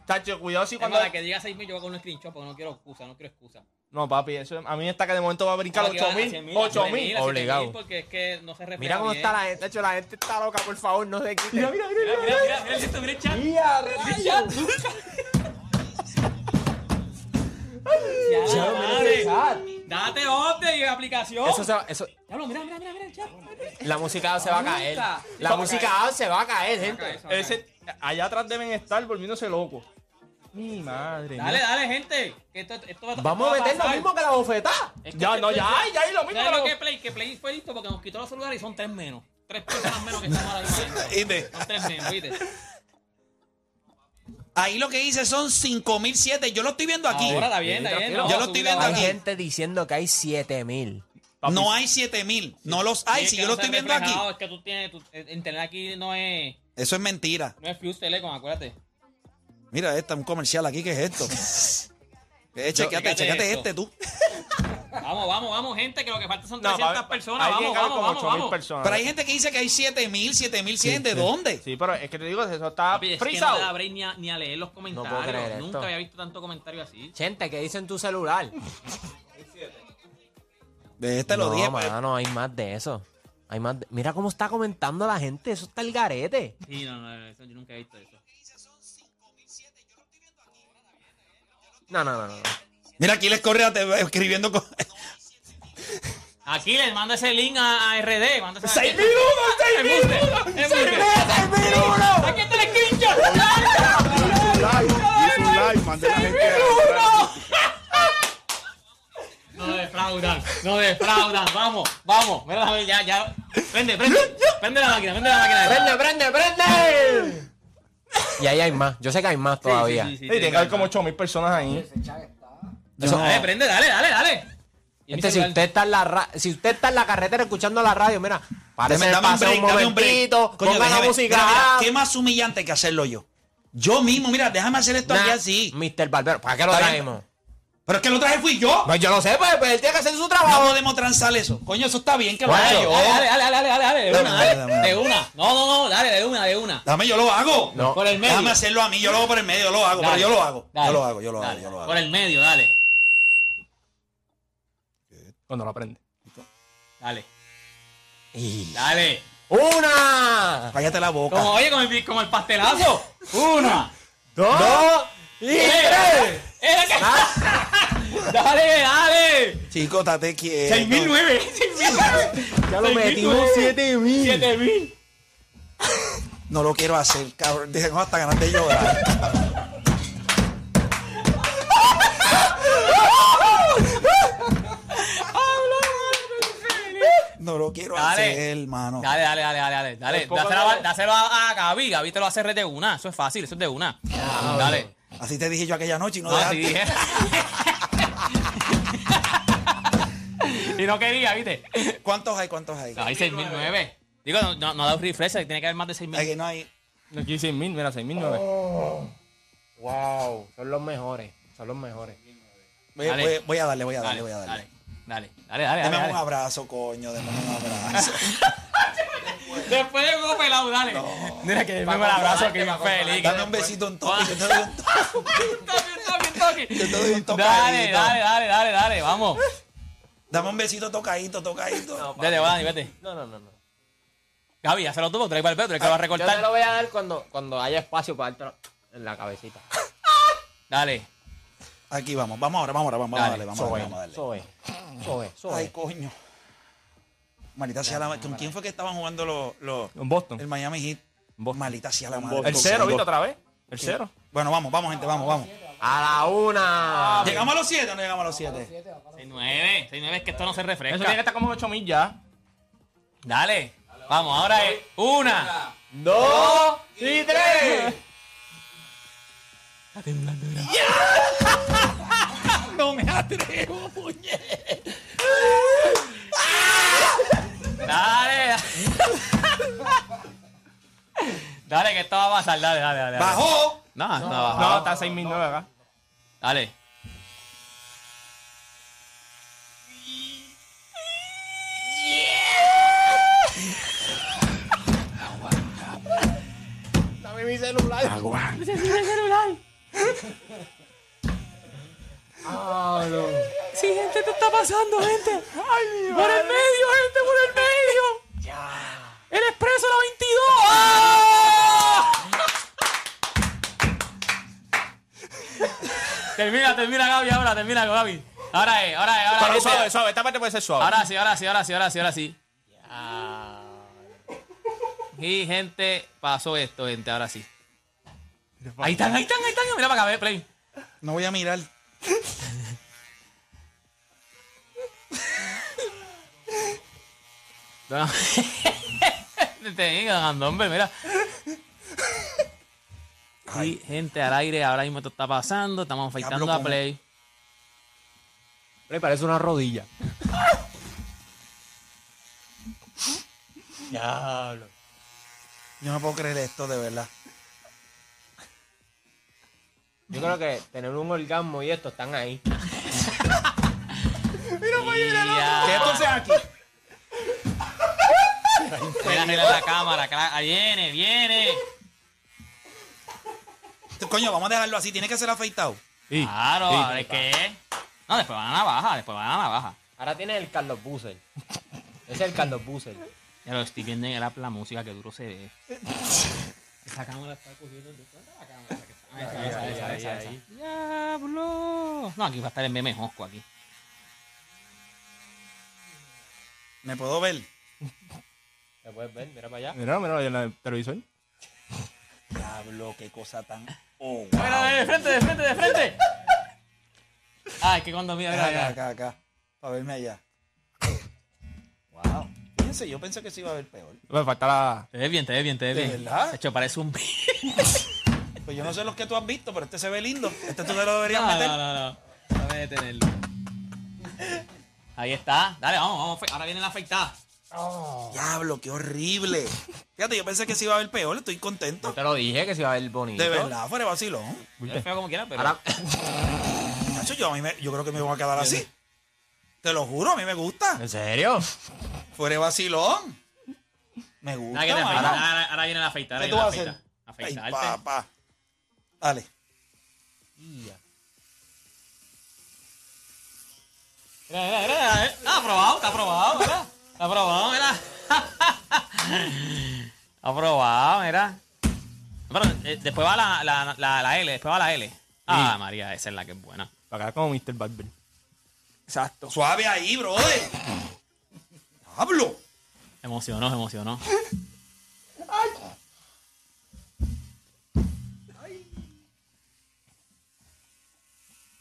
S7: Tacho, cuidado si
S6: Es
S7: cuando.
S6: más, la que diga 6.000 yo voy con un screenshot porque no quiero excusa, no quiero excusa.
S7: No, papi, eso a mí está que de momento va a brincar
S6: No, que van a
S7: 8000.
S6: 100.000, a
S7: 8000.
S6: 3.000, a
S3: Obligado.
S6: 7.000, Porque es que no se refleja
S3: Mira cómo
S6: bien.
S3: está la gente. Tacho, la gente está loca, por favor, no se quiten. Mira, mira,
S6: Mira, mira, mira, mira, esto, mira el chat. Mira el chat. Ya, madre. Date orden y aplicación.
S3: Eso se va, eso,
S6: Diablo, mira, mira, mira, mira el chat.
S3: la música se va a caer.
S6: Nunca.
S3: La música se va a caer, gente.
S7: Ese, allá atrás deben estar volviéndose locos. Mi madre.
S6: Dale, dale, gente. Que esto, esto va-
S3: Vamos a
S6: esto va
S3: meter lo
S6: pasar.
S3: mismo que la bofetada.
S6: Es que
S7: Ya,
S6: este
S7: no,
S6: Play-
S7: ya, ya hay lo mismo
S6: ¿Sabes
S7: que
S6: lo
S7: la-
S6: que Play? Que Play fue listo porque nos quitó los celulares y son tres menos. Tres personas menos que estamos ahora mismo.
S4: <laughs> ¿Viste?
S6: Son tres menos, ¿viste?
S4: Ahí lo que dice son 5007. Yo lo estoy viendo aquí.
S6: Ahora la bien, la bien.
S4: Yo lo estoy viendo
S3: Hay
S4: aquí.
S3: gente diciendo que hay 7000.
S7: Papi.
S4: No hay 7000. No los hay. Si yo lo estoy viendo aquí.
S6: Es que tú tienes, tu- el internet aquí no es,
S4: Eso es mentira.
S6: no es Fuse Telecom, acuérdate.
S4: Mira, esta un comercial aquí. ¿Qué es esto? Eh, chequeate,
S6: Chequeate
S4: chequeate
S6: esto.
S4: este tú.
S6: Vamos, vamos, vamos, gente, que lo que falta son
S7: No,
S6: 300
S7: pa- pa-
S6: personas.
S7: ahí
S6: Vamos,
S7: tiene que haber
S6: vamos,
S7: como
S6: vamos,
S7: 8.000
S6: vamos.
S7: personas.
S4: Pero hay gente que dice que hay 7000, 7100, ¿de dónde?
S7: Sí, pero es que te digo, eso está
S6: Papi, es que no
S7: frisado.
S6: le da break ni a, ni a leer los comentarios.
S3: creer
S6: Nunca
S3: esto.
S6: había visto tanto comentario así.
S3: Gente, ¿qué dice en tu celular?
S4: De este lo
S3: no,
S4: dije. pero-
S3: mano, hay más de eso. Hay más de- Mira cómo está comentando la gente. Eso está el garete.
S6: Sí, no, no, eso yo nunca he visto eso.
S3: No, no, no. no.
S4: Mira, aquí les corre a TV escribiendo. con-
S6: Aquí les manda ese link a, a RD. Manda ese
S7: ¡Seis mil uno! ¡Seis mil
S6: Embuste,
S7: uno!
S6: embuste.
S7: ¡Seis mil, seis mil uno!
S6: ¡Aquí está el screenshot!
S9: Live, hizo un live, mandé la gente a-
S6: No defraudan, no <laughs> defraudan. Vamos, vamos. Mira, déjame ver, ya, ya. Prende, prende. Prende la máquina, prende la máquina.
S3: ¡Prende, prende, prende! Y ahí hay más. Yo sé que hay más todavía.
S6: Sí, sí, sí,
S7: Y
S6: sí,
S7: tiene que haber como 8000 personas ahí.
S6: Eso, dale, eh, prende, dale, dale, dale. Y mi
S3: Gente, Este, si
S6: celular.
S3: usted, está en la ra- si usted está en la carretera escuchando la radio, mira, parece
S4: Dame,
S3: que
S4: dame un
S3: pase
S4: break,
S3: un
S4: dame un break.
S3: momentito,
S4: Coño,
S3: ponga la
S4: déjame-
S3: música.
S4: mira, mira,
S3: ah,
S4: ¿Qué más humillante que hacerlo yo? Yo mismo, mira, déjame hacer esto
S3: nah,
S4: aquí así.
S3: Mr. Barbero, ¿para qué lo
S4: Está bien.
S3: traemos?
S4: Pero es que lo traje fui yo.
S3: No, yo no sé, pues, pues, él tiene que hacer su
S4: No
S3: trabajo.
S4: podemos transar eso. Coño, eso está bien que lo haga
S6: Dale,
S4: yo.
S6: dale, dale, dale, dale, dale, de
S4: Dame,
S6: una,
S4: dame,
S6: dale,
S4: dame.
S6: de una. No, no, no, dale, de una, de una.
S4: Dame, yo lo hago.
S3: No.
S6: Por el medio.
S4: Déjame hacerlo a mí, yo lo hago por el medio, yo lo hago,
S6: Dale,
S4: pero yo lo hago.
S6: dale,
S4: yo lo hago, yo lo hago,
S6: dale.
S4: yo lo hago.
S6: Por el medio, dale.
S7: Cuando lo aprende.
S6: Dale,
S3: Y-
S6: dale.
S3: Una,
S4: Cállate la boca.
S6: Como, oye, como el, como el pastelazo. Ah. <laughs> Una.
S3: dos, y tres.
S6: Eh, Era que-
S4: Ah.
S6: <laughs> dale, dale.
S4: Chico, estate quieto.
S6: <laughs> 6009.
S3: Ya lo metimos siete mil.
S6: 7000.
S4: No lo quiero hacer, cabrón. Dejemos hasta ganas de llorar. No lo quiero
S6: Dale.
S4: hacer, hermano.
S6: Dale, dale, dale, dale, dale. Dale,
S7: Pues póngalo.
S6: dáselo a- dáselo a, a Gaby. Gaby te lo hace red de una. Eso es fácil, eso es de una. dale.
S4: Así te dije yo aquella noche y no,
S6: No,
S4: dejaste.
S6: sí dije. <laughs> y no quería, ¿viste?
S4: ¿Cuántos hay? ¿Cuántos hay?
S6: No, hay 6009. Digo, no, no, no ha dado refresh, tiene que haber más de 6000.
S4: Hay que Oh. no hay.
S7: Aquí 6000, mira, 6009.
S3: Wow, son los mejores, son los mejores.
S4: Voy,
S6: Dale.
S4: voy- voy a darle, voy a darle,
S6: Dale,
S4: voy a darle.
S6: dale, dale, dale, dale,
S4: Dame
S6: dale,
S4: un
S6: dale.
S4: abrazo, coño. Dame un abrazo.
S6: Después de un pelado, dale. Mira que me
S3: Pa'
S6: abrazo que
S3: consolarte, pa'
S6: feliz.
S4: Dame un besito en toque. Yo te doy un toque.
S6: <laughs> Toque, toque, toque.
S4: Yo te doy un
S6: Dale,
S4: tocadito.
S6: dale, dale, dale, dale, vamos.
S4: Dame un besito tocadito, tocadito.
S6: Vete, Dani, vete.
S3: No, no, no, no.
S6: Gaby, hazlo tú, porque trae para el pedo, trae que lo va a
S3: Yo te lo
S6: recortar.
S3: voy a dar cuando, cuando haya espacio para dártelo en la cabecita.
S6: Dale.
S4: Aquí vamos, vamos ahora, vamos ahora, vamos, a
S6: Dale,
S4: darle, vamos, a
S3: Sobe,
S4: darle, vamos a darle.
S3: sobe, sobe,
S4: Ay,
S3: sobe.
S4: coño. Maldita sea la ¿Con quién fue que estaban jugando los, los-
S7: En
S4: el
S7: Boston.
S4: Miami Heat?
S7: Boston.
S4: Maldita sea la madre.
S7: El cero, ¿viste? Otra vez. El cero.
S4: Bueno, vamos, vamos, gente, vamos, vamos.
S3: A la una.
S4: ¿Llegamos a los siete o no llegamos a los siete?
S6: 6-9, 6-9 es que esto no se
S7: Eso tiene que
S6: refresca.
S7: estar como en 8000 ya.
S6: Dale. Vamos, ahora es una.
S3: Dos y tres.
S4: No me atrevo, puñet.
S6: Dale. <laughs> Dale, que esto va a pasar. Dale, dale, dale. dale.
S4: ¡Bajó!
S6: No, no, bajó.
S7: No, está 6009 acá.
S6: Dale. ¡Ah! Termina, termina, Gaby, ahora, termina, Gaby. Ahora es, ahora es, ahora
S7: Pero
S6: es.
S7: suave, suave. Esta parte puede ser suave.
S6: Ahora sí, ahora sí, ahora sí, ahora sí, ahora sí. Y gente, pasó esto, gente, ahora sí. Ahí están, ahí están, ahí están. Mira para acá, ve, play.
S4: No voy a mirar.
S6: No, <laughs> no. Te digo, gandombe, mira. Y gente al aire, ahora mismo esto está pasando, estamos afeitando
S4: Diablo,
S6: a
S4: cómo-
S6: Play.
S3: Le parece una rodilla. Diablo.
S4: Yo no puedo creer esto, de verdad.
S3: Yo creo que tener un orgasmo y esto están ahí.
S4: ¿Qué
S6: Ya.
S4: entonces aquí?
S6: Mira, mira la cámara. cla- Ahí viene, viene.
S4: Coño, vamos a dejarlo así. Tiene que ser afeitado.
S6: Claro, a ver qué. No, después van a navaja, después van a navaja.
S3: Ahora tiene el Carlos Busser. Ese es el Carlos Busser.
S6: Ya lo estoy viendo en el app la música, que duro
S4: <laughs>
S6: se ve. Esa cámara está cogiendo. ¿Dónde está la cámara? Ah, esa, esa, esa, esa, esa. ¡Diablo! No, aquí va a estar el meme Josco aquí.
S4: ¿Me puedo ver?
S3: ¿Te puedes ver? Mira para allá.
S7: Mira, mira, en el televisor.
S4: Diablo, qué cosa tan. Oh,
S6: Mira, de frente, de frente, de frente. Ay, que cuando mira, mira,
S4: acá,
S6: mira.
S4: acá, acá. Para verme allá. Wow. Fíjense, yo pensé que se iba a ver peor.
S7: Me falta la.
S6: Te ves bien, te ves bien, te ves
S4: ¿De
S6: bien.
S4: verdad?
S6: De hecho, parece un...
S4: <laughs> Pues yo no sé los que tú has visto, pero este se ve lindo. Este tú te lo deberías
S6: No,
S4: meter.
S6: no, no, no. Dame detenerlo. Ahí está. Dale, vamos, vamos. fe- Ahora viene la afectada.
S4: Diablo, qué horrible. Fíjate, yo pensé que se iba a ver peor. Estoy contento.
S3: Te lo dije que se iba a ver bonito.
S4: De verdad, fuera de vacilón.
S6: Es feo como quiera, pero...
S3: Ahora,
S4: Nacho, yo, a mí me- yo creo que me voy a quedar así. Te lo juro, a mí me gusta.
S3: ¿En serio?
S4: Fuera de vacilón. Me gusta.
S6: Nada que te afeita,
S4: mano.
S6: ahora, ahora viene la afeitada.
S4: ¿Qué
S6: Ahora
S4: tú
S6: viene la
S4: vas a hacer?
S6: afeita.
S4: Ay,
S6: Afeitarte.
S4: papá. Dale.
S6: Mira, mira, mira, mira. eh. Está aprobado, está aprobado, mira. Está aprobado, mira. <laughs> Está aprobado, mira. Pero eh, después va la, la, la, la L, después va la L. Ah, María, esa es la que es buena.
S7: Para acá como Mr. Barber.
S4: Exacto. Suave ahí, brother. Hablo.
S6: Emocionó, emocionó.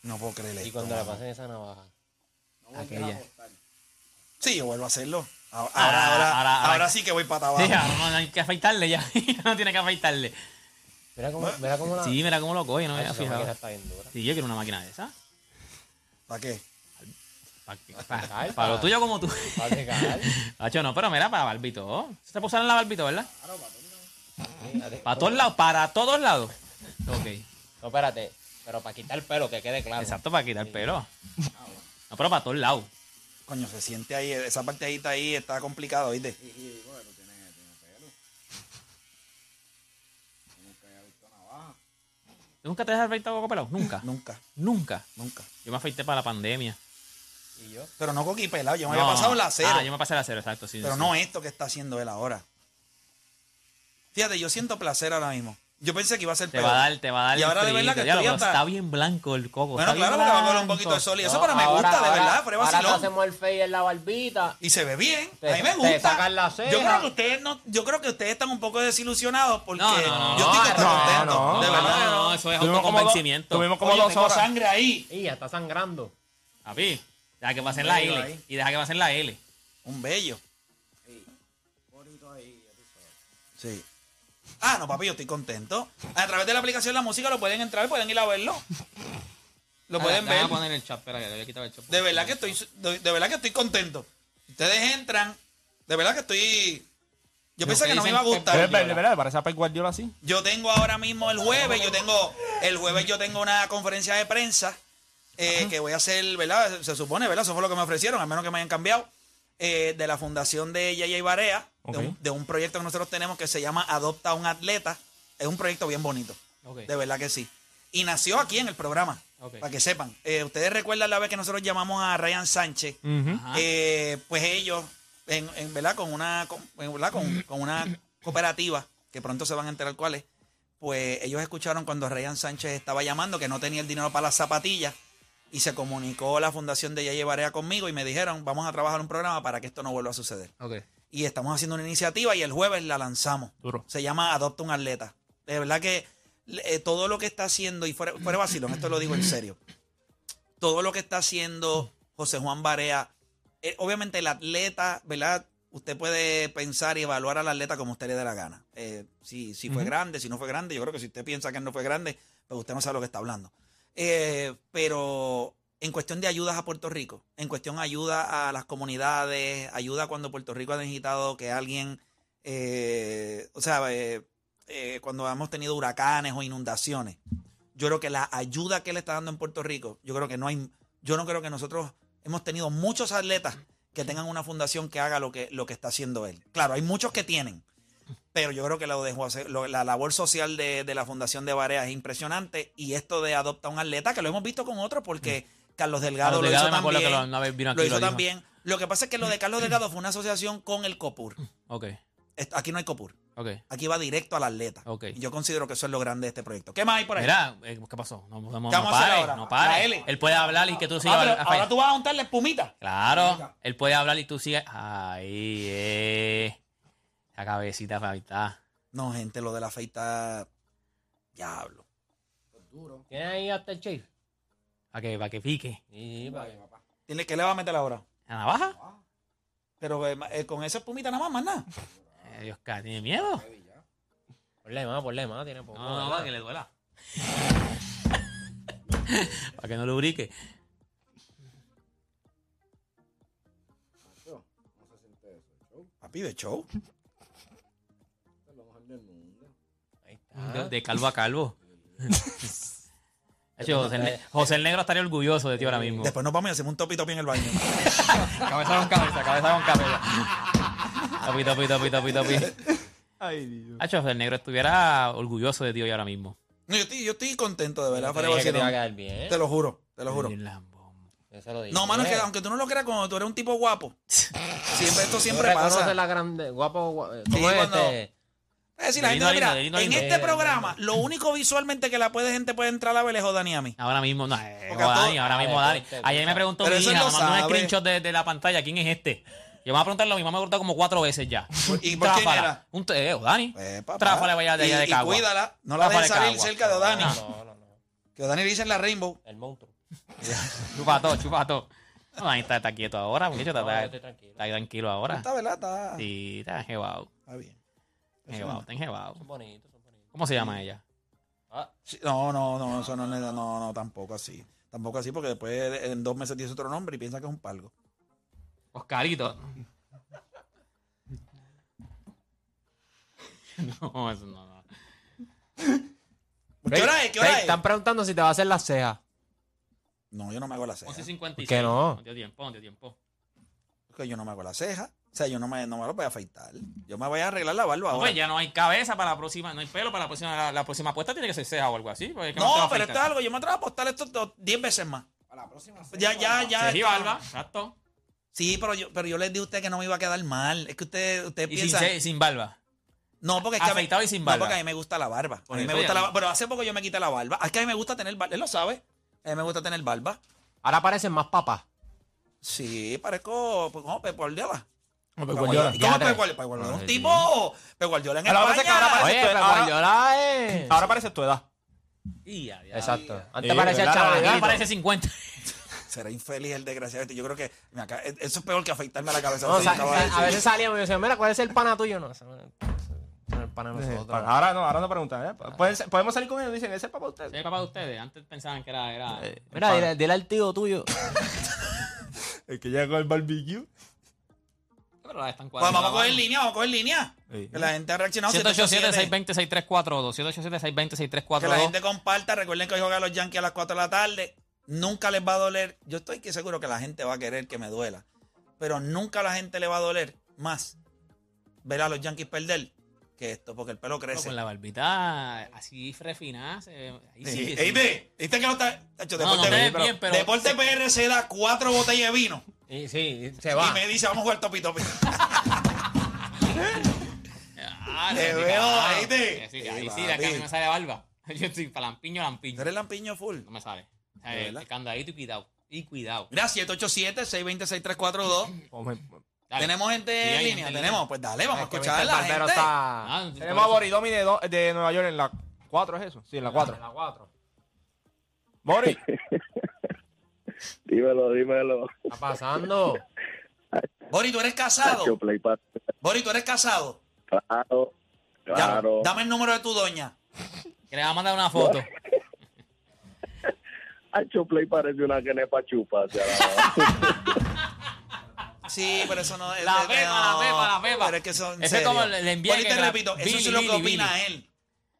S4: No puedo creerle.
S3: Y
S4: esto,
S3: cuando la
S4: mano.
S3: pasen esa navaja.
S6: Aquella.
S4: Sí, yo vuelvo a hacerlo. Ahora,
S6: Ah,
S4: ahora, ahora,
S6: ahora- ahora-
S4: ahora sí que voy para abajo.
S6: Sí, ahora no hay que afeitarle ya. <laughs> no tiene que afeitarle.
S3: Mira cómo, mira cómo la.
S6: Sí, mira cómo lo coge, no me
S3: Ah. Ay,
S6: había
S3: esa máquina
S6: fijado.
S3: está bien dura.
S6: Sí, yo quiero una máquina de esa.
S4: ¿Para qué?
S6: Para pa,
S3: cagar,
S6: pa lo
S3: pa-
S6: tuyo como tú.
S3: pa cagar.
S6: <laughs> Hacho, no, pero mira, para Barbito. oh. Se te puede usar en la Barbito, ¿verdad?
S4: Ah,
S6: Para todos lados, para todos lados. Ok.
S3: No, espérate. Pero para quitar el pelo, que quede
S4: Ah,
S3: claro.
S6: Exacto, para quitar pelo. No, pero para todos lados.
S4: Coño, se siente ahí, esa partidita ahí está complicado, ¿viste?
S6: ¿Tú nunca te has afeitado coco pelado? Nunca.
S4: Nunca,
S6: Nunca.
S4: nunca.
S6: Yo me afeité para la pandemia.
S4: Pero no coqui pelado, yo me
S6: No.
S4: había pasado la cero.
S6: Ah, yo me pasé la cero, exacto, sí.
S4: pero
S6: sí.
S4: no esto que está haciendo él ahora. Fíjate, yo siento placer ahora mismo. Yo pensé que iba a ser
S6: Te va a dar, te va a dar.
S4: Y ahora de verdad que
S6: frío. Ya lo
S4: estoy
S6: veo,
S4: hasta-
S6: Está bien blanco el coco.
S4: Bueno,
S6: está
S4: claro,
S6: bien
S4: porque va a coger un
S6: blanco.
S4: poquito de sol y eso,
S3: No,
S4: pero me
S3: ahora-
S4: gusta, de
S3: ahora-
S4: verdad, fuera de
S3: Ahora te
S4: vacilón.
S3: hacemos el fade en la barbita.
S4: Y se ve bien.
S3: Te-
S4: a mí me
S3: te
S4: gusta.
S3: sacan la ceja.
S4: Yo creo que ustedes no, yo creo que ustedes están un poco desilusionados porque
S6: No, no, no,
S4: yo estoy
S6: no,
S4: tan
S6: no,
S4: contento.
S7: no,
S4: de
S6: No,
S4: verdad.
S6: no, no, eso es
S7: Tuvimos como dos,
S6: autoconvencimiento.
S7: tuvimos como
S4: Oye,
S7: dos
S4: tengo
S7: horas.
S4: sangre ahí.
S3: Y ya está sangrando.
S6: Papi, deja que pasen la
S4: Ahí,
S6: L.
S4: ahí.
S6: Y deja que pasen la L.
S4: Un bello. Sí. Ah, no, papi, yo estoy contento. A través de la aplicación La Música lo pueden entrar, pueden ir a verlo. Lo pueden
S6: Déjame
S4: ver.
S6: Ah, poner el chat, espera que le voy a quitar el chat.
S4: De verdad que estoy, de, de verdad que estoy contento. Ustedes entran. De verdad que estoy. Yo
S6: Lo
S4: pensé
S6: que
S4: que no me iba
S6: dicen
S4: a
S6: que-
S4: gustar.
S7: Mira,
S5: Eh,
S7: mira, mira, parece a Pep Guardiola así.
S4: Yo tengo ahora mismo el jueves, yo tengo el jueves yo tengo una conferencia de prensa eh, que voy a hacer, ¿verdad? Se, se supone, ¿verdad? Eso fue lo que me ofrecieron, al menos que me hayan cambiado, eh, de la fundación de Yaya Ibarea,
S7: Ok.
S4: de, un, de un proyecto que nosotros tenemos que se llama Adopta a un Atleta. Es un proyecto bien bonito,
S6: Ok.
S4: de verdad que sí. Y nació aquí en el programa,
S6: Ok.
S4: para que sepan. Eh, Ustedes recuerdan la vez que nosotros llamamos a Ryan Sánchez,
S6: Ajá.
S4: eh, pues ellos, en, en, ¿verdad? Con una, con, en- ¿verdad? Con, con una cooperativa, que pronto se van a enterar cuál es, pues ellos escucharon cuando Ryan Sánchez estaba llamando que no tenía el dinero para las zapatillas y se comunicó la fundación de Ya Llevarea conmigo y me dijeron, vamos a trabajar un programa para que esto no vuelva a suceder.
S6: Ok.
S4: Y estamos haciendo una iniciativa y el jueves la lanzamos.
S7: Duro.
S4: Se llama Adopta un Atleta. De verdad que eh, todo lo que está haciendo, y fuera, fuera vacilón, esto lo digo en serio, todo lo que está haciendo José Juan Barea, eh, obviamente el atleta, ¿verdad? Usted puede pensar y evaluar al atleta como usted le dé la gana. Eh, si, si fue grande, si no fue grande, yo creo que si usted piensa que no fue grande, pues usted no sabe lo que está hablando. Eh, pero en cuestión de ayudas a Puerto Rico, en cuestión de ayuda a las comunidades, ayuda cuando Puerto Rico ha necesitado que alguien, eh, o sea, eh, eh, cuando hemos tenido huracanes o inundaciones, yo creo que la ayuda que él está dando en Puerto Rico, yo creo que no hay, yo no creo que nosotros hemos tenido muchos atletas que tengan una fundación que haga lo que, lo que está haciendo él. Claro, hay muchos que tienen, pero yo creo que lo de José- lo- la labor social de, de la Fundación de Barea es impresionante y esto de adopta a un atleta, que lo hemos visto con otros porque Carlos Delgado,
S6: Carlos Delgado,
S4: lo hizo
S6: me acuerdo
S4: también.
S6: que lo- una vez vino aquí
S4: lo
S6: y
S4: hizo
S6: lo dijo.
S4: también. Lo que pasa es que lo de Carlos Delgado fue una asociación con el COPUR.
S6: Ok,
S4: Est- Aquí no hay COPUR.
S6: ok.
S4: Aquí va directo al atleta.
S6: Ok.
S4: Y yo considero que eso es lo grande de este proyecto. ¿Qué más hay por ahí?
S6: Mira, eh, ¿qué pasó? No, no, no
S4: ¿Qué vamos a hacer
S6: pares,
S4: ahora?
S6: no
S4: La
S6: pares.
S4: L.
S6: Él puede hablar y que tú sigas.
S4: Ah, pero
S6: hablando.
S4: ahora tú vas a untarle espumita.
S6: Claro, él puede hablar y tú sigas. Ahí, eh. La cabecita Fabita.
S4: No, gente, lo de la feita. Diablo.
S3: ¿Tienes ahí hasta el Este chief?
S6: Para que, para que pique.
S4: Dile, ¿Qué le va a meter ahora?
S6: ¿La navaja?
S4: Pero eh, ma- eh, con esa espumita nada más, más nada.
S6: Eh, Dios, cara, ¿tiene miedo?
S3: Ponle más, ponle más, tiene poco.
S6: No, no, para que le <laughs> duela. para que no lubrique.
S4: Papi, de show.
S6: De, de calvo a
S4: <laughs>
S6: calvo. De hecho, José, el Ne- José el Negro estaría orgulloso de ti ahora mismo.
S4: Después nos vamos y hacemos un topito bien en el baño.
S6: Cabeza con cabeza, cabeza con cabeza. Topi, topi, topi, topi,
S3: <laughs>
S6: topi.
S5: Ay, Dios.
S6: Hacho, José el Negro estuviera orgulloso de ti hoy ahora mismo.
S4: No, yo, estoy, yo estoy contento, de verdad. fuera de
S3: Dije que te iba a quedar
S4: vacilón.
S3: bien.
S4: Te lo juro, te lo juro.
S6: Ay, lambón.
S3: Yo se lo dije.
S4: No, mano, es que aunque tú no lo creas, cuando tú eres un tipo
S3: <laughs>
S4: guapo, siempre esto
S3: Tú
S4: siempre
S3: reconoces
S4: pasa.
S3: la grande, guapo, guapo.
S4: Sí,
S3: ¿Cómo es
S4: cuando-
S3: este?
S4: Es decir, la gente,
S6: Divino lindo,
S4: mira,
S6: divino
S4: en
S6: lindo.
S4: este programa, lo único visualmente que la puede gente puede entrar a ver es Dani a mí.
S6: Ahora mismo, no, eh,
S4: Porque a todo-
S6: Dani, ahora mismo
S3: Ay,
S6: Dani.
S3: ponte,
S6: Ayer
S3: ponte.
S6: me preguntó
S4: Pero
S6: mi
S4: eso
S6: hija,
S4: él lo
S6: me mandó un
S4: sabe.
S6: screenshot de, de la pantalla, ¿quién es este? Yo me voy a preguntarlo, mi mamá me ha preguntado como cuatro veces ya.
S4: ¿Y
S6: Un
S4: por quién
S6: tráfala,
S4: era?
S6: Un te- eh, Dani.
S4: Eh, papá.
S6: Tráfale vaya de allá
S4: Y-
S6: de
S4: y
S6: Cagua.
S4: cuídala, no la
S6: Tráfale
S4: dejes salir
S6: Cagua.
S4: cerca de Odani.
S6: Ah.
S3: No, no, no.
S4: Que Odani le dicen la Rainbow.
S3: El monstruo.
S6: Chupa todo, chupa todo. No, Dani está, está quieto ahora, muchacho, está,
S3: No, yo
S6: está,
S3: estoy tranquilo.
S6: está ahí tranquilo ahora.
S4: Está, ¿verdad? Está,
S6: Sí, está enjebado.
S4: está bien.
S6: Enjebado, está enjebado.
S3: Son bonitos, son bonitos.
S6: ¿Cómo se llama ella?
S3: Ah,
S4: Sí, no, no, no, eso no, es- no, no, tampoco así. Tampoco así, porque después en dos meses tienes otro nombre y piensa que es un palgo.
S6: Oscarito. <laughs> No, eso no, no.
S4: ¿Qué hora es? ¿Qué hora
S3: Ey,
S4: es?
S3: Están preguntando si te va a hacer las cejas.
S4: No, yo no me hago la ceja.
S6: 11.56.
S3: ¿Por qué no?
S6: No te dio tiempo, no te dio tiempo.
S4: Porque yo no me hago la ceja. O sea, yo no me, no me lo voy a afeitar. Yo me voy a arreglar la barba
S6: No,
S4: ahora.
S6: pues ya no hay cabeza para la próxima, no hay pelo para la próxima, la, la próxima apuesta tiene que ser ceja o algo así. porque es que te va
S4: No,
S6: a
S4: pero
S6: afectar.
S4: esto es algo. Yo me atrevo a apostar esto to- 10 veces más. Ya, ya, ya.
S6: Ceja y
S4: esto-
S6: barba, exacto.
S4: Sí, pero yo, pero yo les dije a usted que no me iba a quedar mal. Es que usted, usted
S6: Y sin,
S4: piensa.
S6: ce- sin barba.
S4: No, porque es que. a mí-
S6: Afeitado y sin
S4: No,
S6: barba.
S4: porque a mí me gusta la barba. A
S6: Por
S4: mí me
S6: eso
S4: gusta
S6: ya.
S4: la barba. Pero hace poco yo me quité la barba. Es que a mí me gusta tener barba. Él lo sabe. A mí me gusta tener barba.
S3: Ahora parecen más papas.
S4: Sí, parezco. Pues, no, Pep Guardiola. Pep
S3: Guardiola.
S4: ¿Y
S3: Ya,
S4: ¿Cómo es Pep
S3: tres.
S4: Guardiola? Pep Guardiola es
S3: Ah,
S4: un
S3: sí.
S4: tipo. Pep Guardiola en
S5: Ahora
S4: España.
S5: parece que ahora parece-
S3: Oye,
S5: esto es-
S3: pero
S5: ahora-
S3: Guardiola es.
S5: Ahora pareces tu edad.
S6: Y ya, ya.
S3: Exacto. Antes
S5: Sí,
S3: parecía
S5: ¿verdad?
S6: Aquí le
S3: chaval.
S6: parece 50.
S4: Será infeliz el desgraciado. este. Yo creo que me acaba- eso es peor que afeitarme la cabeza.
S3: No,
S4: Eso
S3: sa-
S4: acaba de
S3: sa- a
S4: decir.
S3: veces salíamos y decían, mira, ¿cuál es el pana tuyo? No, ese no es ese no es el pana de
S5: Eh,
S3: nosotros.
S5: pa- Ahora no, ahora no preguntan. ¿eh? Pa- pueden ser- Podemos salir con ellos. Dicen, ese es para ustedes.
S6: Sí, papá de ustedes, antes pensaban que era... era...
S5: Eh,
S3: Mira,
S5: pa-
S3: dile, dile al tío tuyo.
S5: El que llega con el barbecue.
S6: Pero la están
S4: Vamos,
S6: cuadrando.
S4: vamos a coger línea, vamos a coger línea.
S5: Sí.
S4: Que la gente ha reaccionado. 787.
S6: 787-620-6342. 787-620-6342.
S4: Que la gente comparta. Recuerden que hoy juegan los Yankees a las 4 de la tarde. Nunca les va a doler. Yo estoy que seguro que la gente va a querer que me duela. Pero nunca a la gente le va a doler más ver a los Yankees perder que esto, porque el pelo
S6: Pero
S4: crece.
S6: Con la barbita así refinada. se ve- ahí
S4: Sí,
S6: sí, sí.
S4: ¿Viste? ¿Viste que no está? Tacho,
S6: No, no
S4: Deporte,
S6: te ves bien, pero-
S4: Deporte PR se da cuatro botellas de vino
S3: Y sí, se
S4: y
S3: va.
S4: me dice, vamos a jugar topi
S6: <laughs>
S4: topi.
S6: Ah,
S4: Te
S6: sí,
S4: veo,
S6: claro.
S4: ¿viste?
S6: Sí, sí,
S4: Sí,
S6: ahí sí,
S4: papi.
S6: de acá a mí me sale barba. <laughs> Yo estoy para lampiño,
S4: Tú
S6: lampiño.
S4: eres lampiño full.
S6: No me sale. O sea,
S4: ¿De
S6: el
S4: verdad?
S6: candadito y cuidado. Y cuidado.
S4: Mira, 787-620-6342.
S6: Dale.
S4: Tenemos gente
S6: Sí, hay
S4: en
S6: gente
S4: línea,
S6: en
S4: tenemos.
S6: línea.
S4: Pues dale, vamos a
S3: Es que
S4: escuchar a
S3: Mr.
S4: la
S3: Barbero
S4: gente.
S3: está.
S6: Ah,
S5: Tenemos a Boridomi de, do- de Nueva York en la 4, ¿es eso? Sí, en la 4.
S3: La cuatro.
S5: Bori,
S9: Dímelo, dímelo.
S3: Está pasando.
S4: Bori, tú eres casado.
S9: Yo play pa-
S4: Bori, tú eres casado.
S9: Claro,
S4: Ya,
S9: claro.
S4: dame el número de tu doña.
S6: Que le va a mandar una foto.
S9: Hacho Play parece una quenepa chupa. o sea,
S4: <laughs>
S9: la-
S4: Sí, pero eso no es.
S6: La
S4: no,
S6: beba, la beba, la beba.
S4: Pero es que son.
S6: Ese es como el- el envío
S4: Bori,
S6: que
S4: te
S6: gra-
S4: repito, eso
S6: Billy,
S4: es lo que
S6: Billy,
S4: opina él.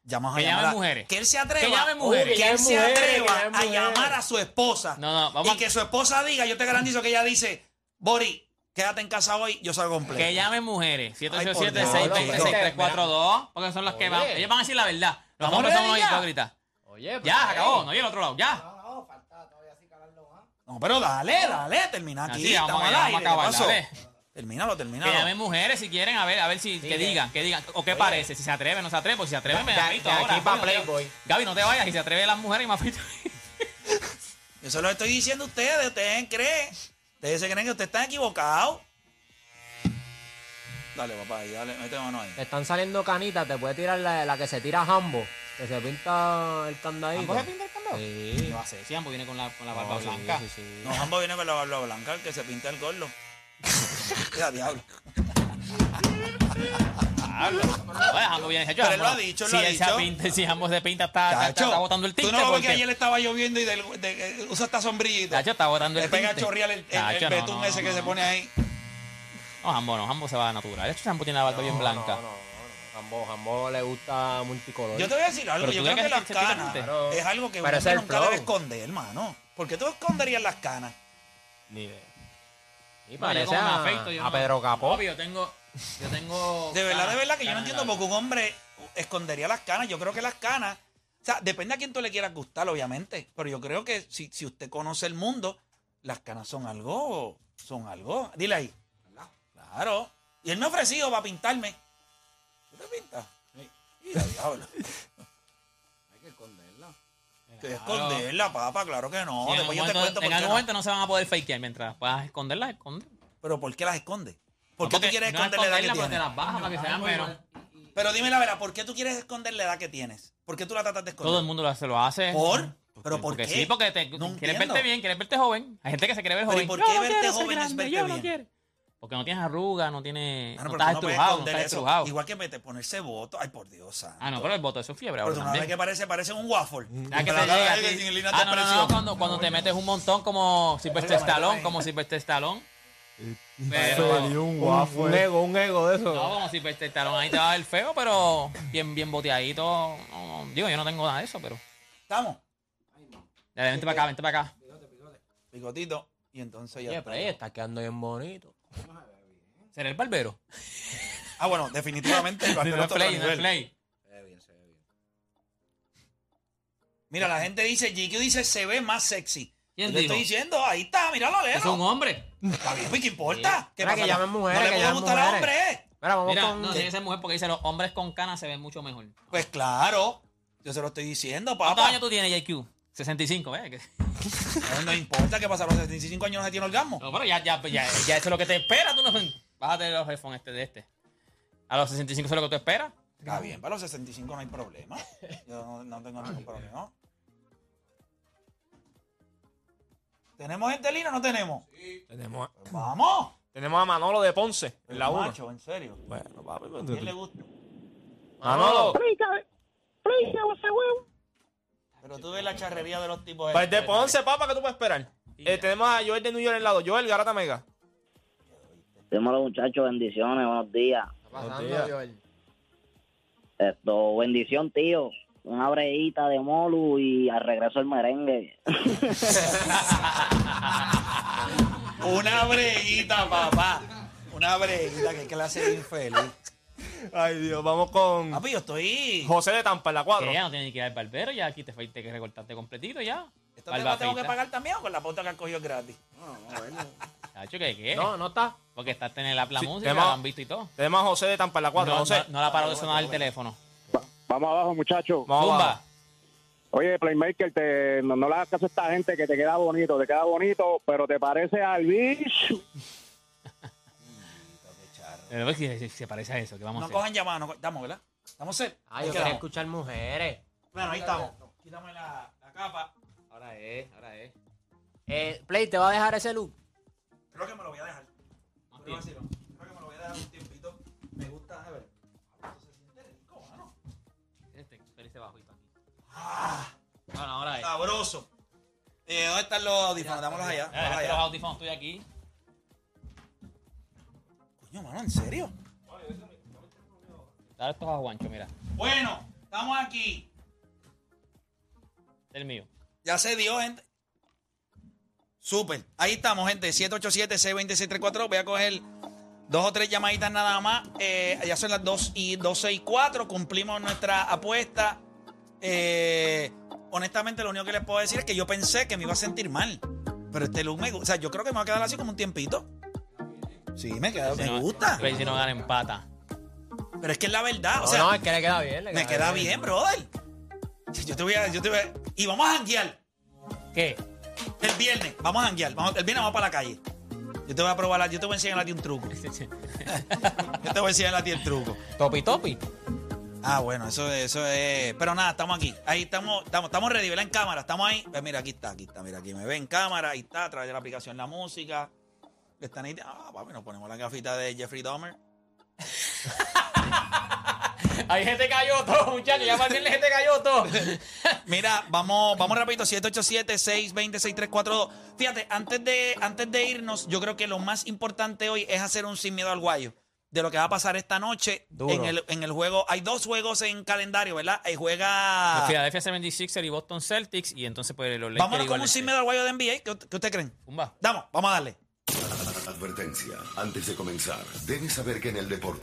S4: Llamamos a
S6: Que
S4: llamar
S6: llamen
S4: a-
S6: mujeres.
S4: Que él se atreva.
S6: Que llamen mujeres.
S4: que
S3: Que
S4: él
S3: llamen
S4: se
S3: mujeres,
S4: atreva
S3: que llamen
S4: a
S3: mujeres.
S4: llamar a su esposa.
S6: No, no, vamos
S4: Y
S6: a-
S4: que su esposa diga, yo te garantizo que ella dice, Bori, quédate en casa hoy, yo salgo completo.
S6: Que llamen mujeres.
S4: Ay, por Dios.
S6: 787-623-6342. Porque son las que van. Ellos van a decir la verdad. Los
S4: Vamos
S6: hombres son
S4: ready
S6: unos
S4: ya.
S6: hipócritas.
S3: Oye, pues,
S6: Ya, se acabó. No llega al otro lado. Ya.
S4: No, pero dale, dale, termina aquí.
S6: Así, Ah,
S4: estamos
S6: vamos a-
S4: al
S6: vamos a
S4: aire, ¿qué
S6: acabar,
S4: pasó?
S6: dale.
S4: Termínalo,
S6: Que
S4: termínalo.
S6: llamen mujeres si quieren. A ver, a ver si. Que digan. Que digan. O qué parece. Si se atreven o no se atreven. Pues si se atreven, me
S3: de-
S6: afeito
S3: de
S6: ahora.
S3: aquí pa'
S6: Coño,
S3: Playboy.
S6: tío. Gaby, no te vayas. Si se atreven las mujeres, me afeito.
S4: Yo se lo estoy diciendo a ustedes, ustedes creen. Ustedes se creen que ustedes están equivocados. Dale, papá, ahí, dale, mete mano ahí.
S3: Te están saliendo canitas, te puede tirar la, la que se tira a Hambo, que se pinta el candadito.
S6: ¿Vos pintar el candado? <laughs>
S3: Sí.
S6: Lo hace. Siempre viene con la con la barba
S3: Sí,
S6: blanca.
S3: sí, sí.
S4: No, ambos viene con la barba blanca, el que se pinta el
S6: <laughs>
S4: gordo. Ya, diablo.
S6: Bueno, pues, ambos vienen hechos.
S4: Pero él lo
S6: ambos-
S4: ha dicho, él
S6: si
S4: lo ha
S6: él se
S4: dicho.
S6: apinta- Si ambos se pinta, está- está
S4: Tacho,
S6: está botando el tinte.
S4: Tú no lo ves
S6: porque-
S4: que ayer estaba lloviendo y del- de- eh, usa esta sombrillita.
S6: Tacho, está botando
S4: Le
S6: el
S4: pega a
S6: tinte.
S4: chorrear el, el- el
S6: Tacho, no,
S4: betún
S6: no,
S4: ese que
S6: no,
S4: se
S6: no.
S4: pone ahí.
S6: No, Jambo no, Jambo se va a natural. Este Jambo tiene la barba bien blanca.
S3: No, no, no. Jambo, Jambo le gusta multicolor.
S4: Yo te voy a decir algo.
S6: Pero
S4: Yo
S6: tú
S4: creo
S6: le
S4: que las
S6: caes el
S4: canas
S6: tinte.
S4: es algo que
S3: Pero
S4: uno
S3: ese es el
S4: nunca debe
S3: flow.
S4: esconder, hermano. ¿Por qué tú esconderías las canas?
S3: Ni idea. Y
S6: yo
S3: parece
S6: como me
S3: a,
S6: afeito, yo
S3: a
S6: no-
S3: Pedro Capó.
S6: Papi, yo tengo. Yo tengo.
S4: De verdad,
S6: canas,
S4: de verdad que yo no
S6: canas en
S4: entiendo
S6: la-
S4: por qué un hombre escondería las canas. Yo creo que las canas, o sea, depende a quién tú le quieras gustar, obviamente. Pero yo creo que si, si usted conoce el mundo, las canas son algo, son algo. Dile ahí. Claro. Y él me ha ofrecido para pintarme. ¿Tú te pintas? Mira, diablo. Hay que esconderla. Que esconderla, papá, claro que no.
S6: Y en algún
S4: Después yo te
S6: momento-
S4: cuento por
S6: en
S4: qué
S6: algún
S4: no.
S6: momento no se van a poder fakear mientras puedas esconderlas, esconde.
S4: Pero ¿por qué las esconde? ¿Por
S6: No,
S4: qué
S6: porque
S4: tú quieres
S6: no
S4: esconder la edad que
S6: esconderlas,
S4: tienes?
S6: pero te las bajas para que se vean menos.
S4: Pero dime la verdad, ¿por qué tú quieres esconder la edad que tienes? ¿Por qué tú la tratas de esconder?
S6: Todo el mundo lo hace, lo hace.
S4: ¿Por? ¿Pero por
S6: porque
S4: qué?
S6: Sí, porque te,
S4: No
S6: quieres
S4: entiendo.
S6: verte bien, quieres verte joven. Hay gente que se quiere ver
S4: Pero ¿y
S6: joven.
S4: por
S6: Yo
S4: qué
S6: no
S4: verte
S6: quiero ser
S4: joven es
S6: grande,
S4: verte
S6: yo
S4: bien?
S6: No quiero. Porque no tienes arrugas, no tienes.
S4: Ah,
S6: no
S4: pero
S6: estás
S4: tú puedes
S6: estrujado, no
S4: esconder
S6: estás
S4: eso.
S6: estrujado.
S4: Igual que mete- ponerse voto. Ay, por Dios. santo.
S6: Ah, no, pero el voto, eso es fiebre.
S4: Pero
S6: ahora
S4: tú no
S6: también.
S4: ves que parece, parece un waffle.
S6: Ah,
S4: Pero
S6: que te
S4: acá
S6: llega a
S4: hay
S6: ti.
S4: que sin líneas de
S6: Ah, no, no, no,
S4: expresión.
S6: cuando, cuando te metes un montón como Silvestre Stallone, como Silvestre Stallone. Pero,
S5: un
S7: Un eh. ego, un ego de eso.
S6: no, como Silvestre Stallone, ahí te va a ver feo, pero bien, bien boteadito. No, no, digo, yo no tengo nada de eso, pero.
S4: Estamos.
S6: Dale, vente para acá, vente para acá.
S4: Picotito. Y entonces ya
S3: Oye,
S4: está.
S3: pero ahí está quedando bien bonito.
S6: ¿Será el barbero?
S4: Ah, bueno,
S6: <laughs>
S4: definitivamente. el
S6: No
S4: barbero
S6: es
S4: está a otro
S6: play, no es
S4: nivel.
S6: play.
S4: Mira, la gente dice, GQ dice, se ve más sexy.
S6: ¿Quién
S4: Yo te
S6: dijo?
S4: estoy diciendo, ahí está, míralo,
S6: Es un
S4: léelo.
S6: hombre.
S4: Está bien, ¿y ¿qué importa? ¿Qué
S3: Mira, que llamen mujeres,
S4: No
S3: que
S4: le puedo
S3: llamen
S4: gustar a
S3: mujeres.
S4: hombres.
S3: Mira, vamos
S6: Mira,
S3: con.
S6: no, tiene que ser mujer porque dice los hombres con canas se ven mucho mejor.
S4: Pues claro. Yo se lo estoy diciendo,
S6: ¿Cuántos
S4: papá.
S6: años tú tienes, JQ? 65, ¿ves? eh, Que- <laughs>
S4: No, no importa que pasaron 75 años no se tiene orgasmo.
S6: No, pero ya, ya, ya, ya eso es lo que te espera. Tú no, bájate los headphones este de este. A los 65 eso es lo que tú esperas.
S4: Está bien, para los 65 no hay problema. Yo no, no tengo ningún problema. ¿Tenemos gente lina o no tenemos?
S7: Tenemos,
S4: Pues ¡Vamos!
S7: tenemos a Manolo de Ponce, en la 1.
S4: Macho, en serio.
S7: Bueno, papi, pues,
S4: ¿Quién le
S7: tú-
S4: gusta?
S7: Manolo,
S4: Pero tú ves la charrería de los tipos. eh.
S7: pues de
S4: estos.
S7: Ponce, papá, ¿qué tú puedes esperar? Eh, tenemos a Joel de New York en lado. Joel Garata Mega.
S10: Dímelo, muchachos, bendiciones, buenos días. Esto, bendición, tío. Una breguita de molu y al regreso el merengue.
S4: Una breguita, papá. Una breguita, que clase de infeliz.
S7: Ay, Dios, vamos con
S4: Papi, yo estoy.
S7: José de Tampa en la 4.
S6: Que ya no tienes que ir al barbero, ya aquí te fuiste que recortarte completito ya.
S4: ¿Esta
S6: Barba
S4: tema tengo que
S6: feita.
S4: pagar también o con la puta que han cogido gratis?
S6: Chacho, ¿qué, qué?
S3: No, no está.
S6: Porque estás en la, la
S7: Sí,
S6: música,
S7: tema-
S6: la han visto y todo.
S7: Tenemos a José de Tampa en la 4.
S6: No,
S7: José,
S6: no- no la paró de sonar el teléfono.
S9: Vamos abajo, muchachos.
S7: vamos
S6: Zumba.
S7: abajo.
S9: Oye, Playmaker, te, no, no le hagas caso a esta gente que te queda bonito, te queda bonito, pero te parece al bicho.
S6: Pero ves Eh, pues, que se, se parece a eso, que vamos a
S4: No
S6: hacer?
S4: cojan llamadas, no co- estamos, ¿verdad? ¿Estamos set?
S3: Ah, yo
S4: Ahí
S3: quería
S4: quedamos.
S3: escuchar mujeres.
S4: Bueno, ahí estamos. Quítame la, la capa.
S3: Ahora es, ahora es. Eh, Play, ¿te va a dejar ese look?
S4: Creo que me lo voy a dejar. Creo que sí, no. Creo que me lo voy a dejar un tiempito. Me gusta, a ver. Ah, Esto se siente rico, mano. Ah.
S6: Este, pero ese bajito aquí. Bueno, ahora es.
S4: Sabroso. Eh, ¿Dónde están los audífonos? Dámoslos allá.
S6: Ya,
S4: dámoslos
S6: dejaste los
S4: allá.
S6: audífonos este estoy aquí.
S4: Coño, mano, ¿en serio?
S6: Dale estos a Juancho, mira. Este
S4: Bueno, Estamos aquí.
S6: El mío.
S4: Ya se dio, gente. Súper. Ahí estamos, gente. 787-620-634. Voy a coger dos o tres llamaditas nada más. Eh, ya son las 2 y 12 y 4. Cumplimos nuestra apuesta. Eh, honestamente, lo único que les puedo decir es que yo pensé que me iba a sentir mal. Pero este look me gusta. O sea, yo creo que me va a quedar así como un tiempito. Sí, me, queda,
S6: Si
S4: me
S6: no- eh, pues-
S4: gusta.
S6: a ver si no gana empata.
S4: Pero es que es la verdad. O
S3: No,
S4: sea,
S3: no, eh, es que le queda bien. le
S4: me queda bien, brother. Yo te voy a. Yo te voy a- y vamos a janguear.
S3: ¿Qué?
S4: El viernes, vamos a janguear. Vamos, el viernes vamos para la calle. Yo te voy a probar, la- yo te voy a enseñar a ti un truco. Yo te voy a enseñar a ti el truco.
S3: Topi, topi.
S4: Ah, bueno, eso, eso es. Pero nada, estamos aquí. Ahí estamos, estamos, estamos ready, ¿verdad? En cámara, estamos ahí. Pues mira, aquí está, aquí está, mira, aquí me ve en cámara, ahí está, a través de la aplicación la música. Están ahí. Ah, papi, nos ponemos la gafita de Jeffrey Dahmer.
S6: Ahí se te cayó <laughs> todo, muchachos. Ya para el viernes se te cayó todo.
S4: Mira, vamos, vamos rapidito, 787-620-6342. Fíjate, antes de, antes de irnos, yo creo que lo más importante hoy es hacer un sin miedo al guayo de lo que va a pasar esta noche
S3: Duro.
S4: en el, en el juego. Hay dos juegos en calendario, ¿verdad? Ahí juega...
S6: Philadelphia 76 y Boston Celtics. Y entonces, pues los Lakers.
S4: Ah. Vámonos con
S6: igual-
S4: un sin miedo al guayo de NBA. ¿Qué, qué ustedes creen?
S6: Zumba.
S4: Vamos, vamos a darle.
S2: Advertencia. Antes de comenzar, debes saber que en el deporte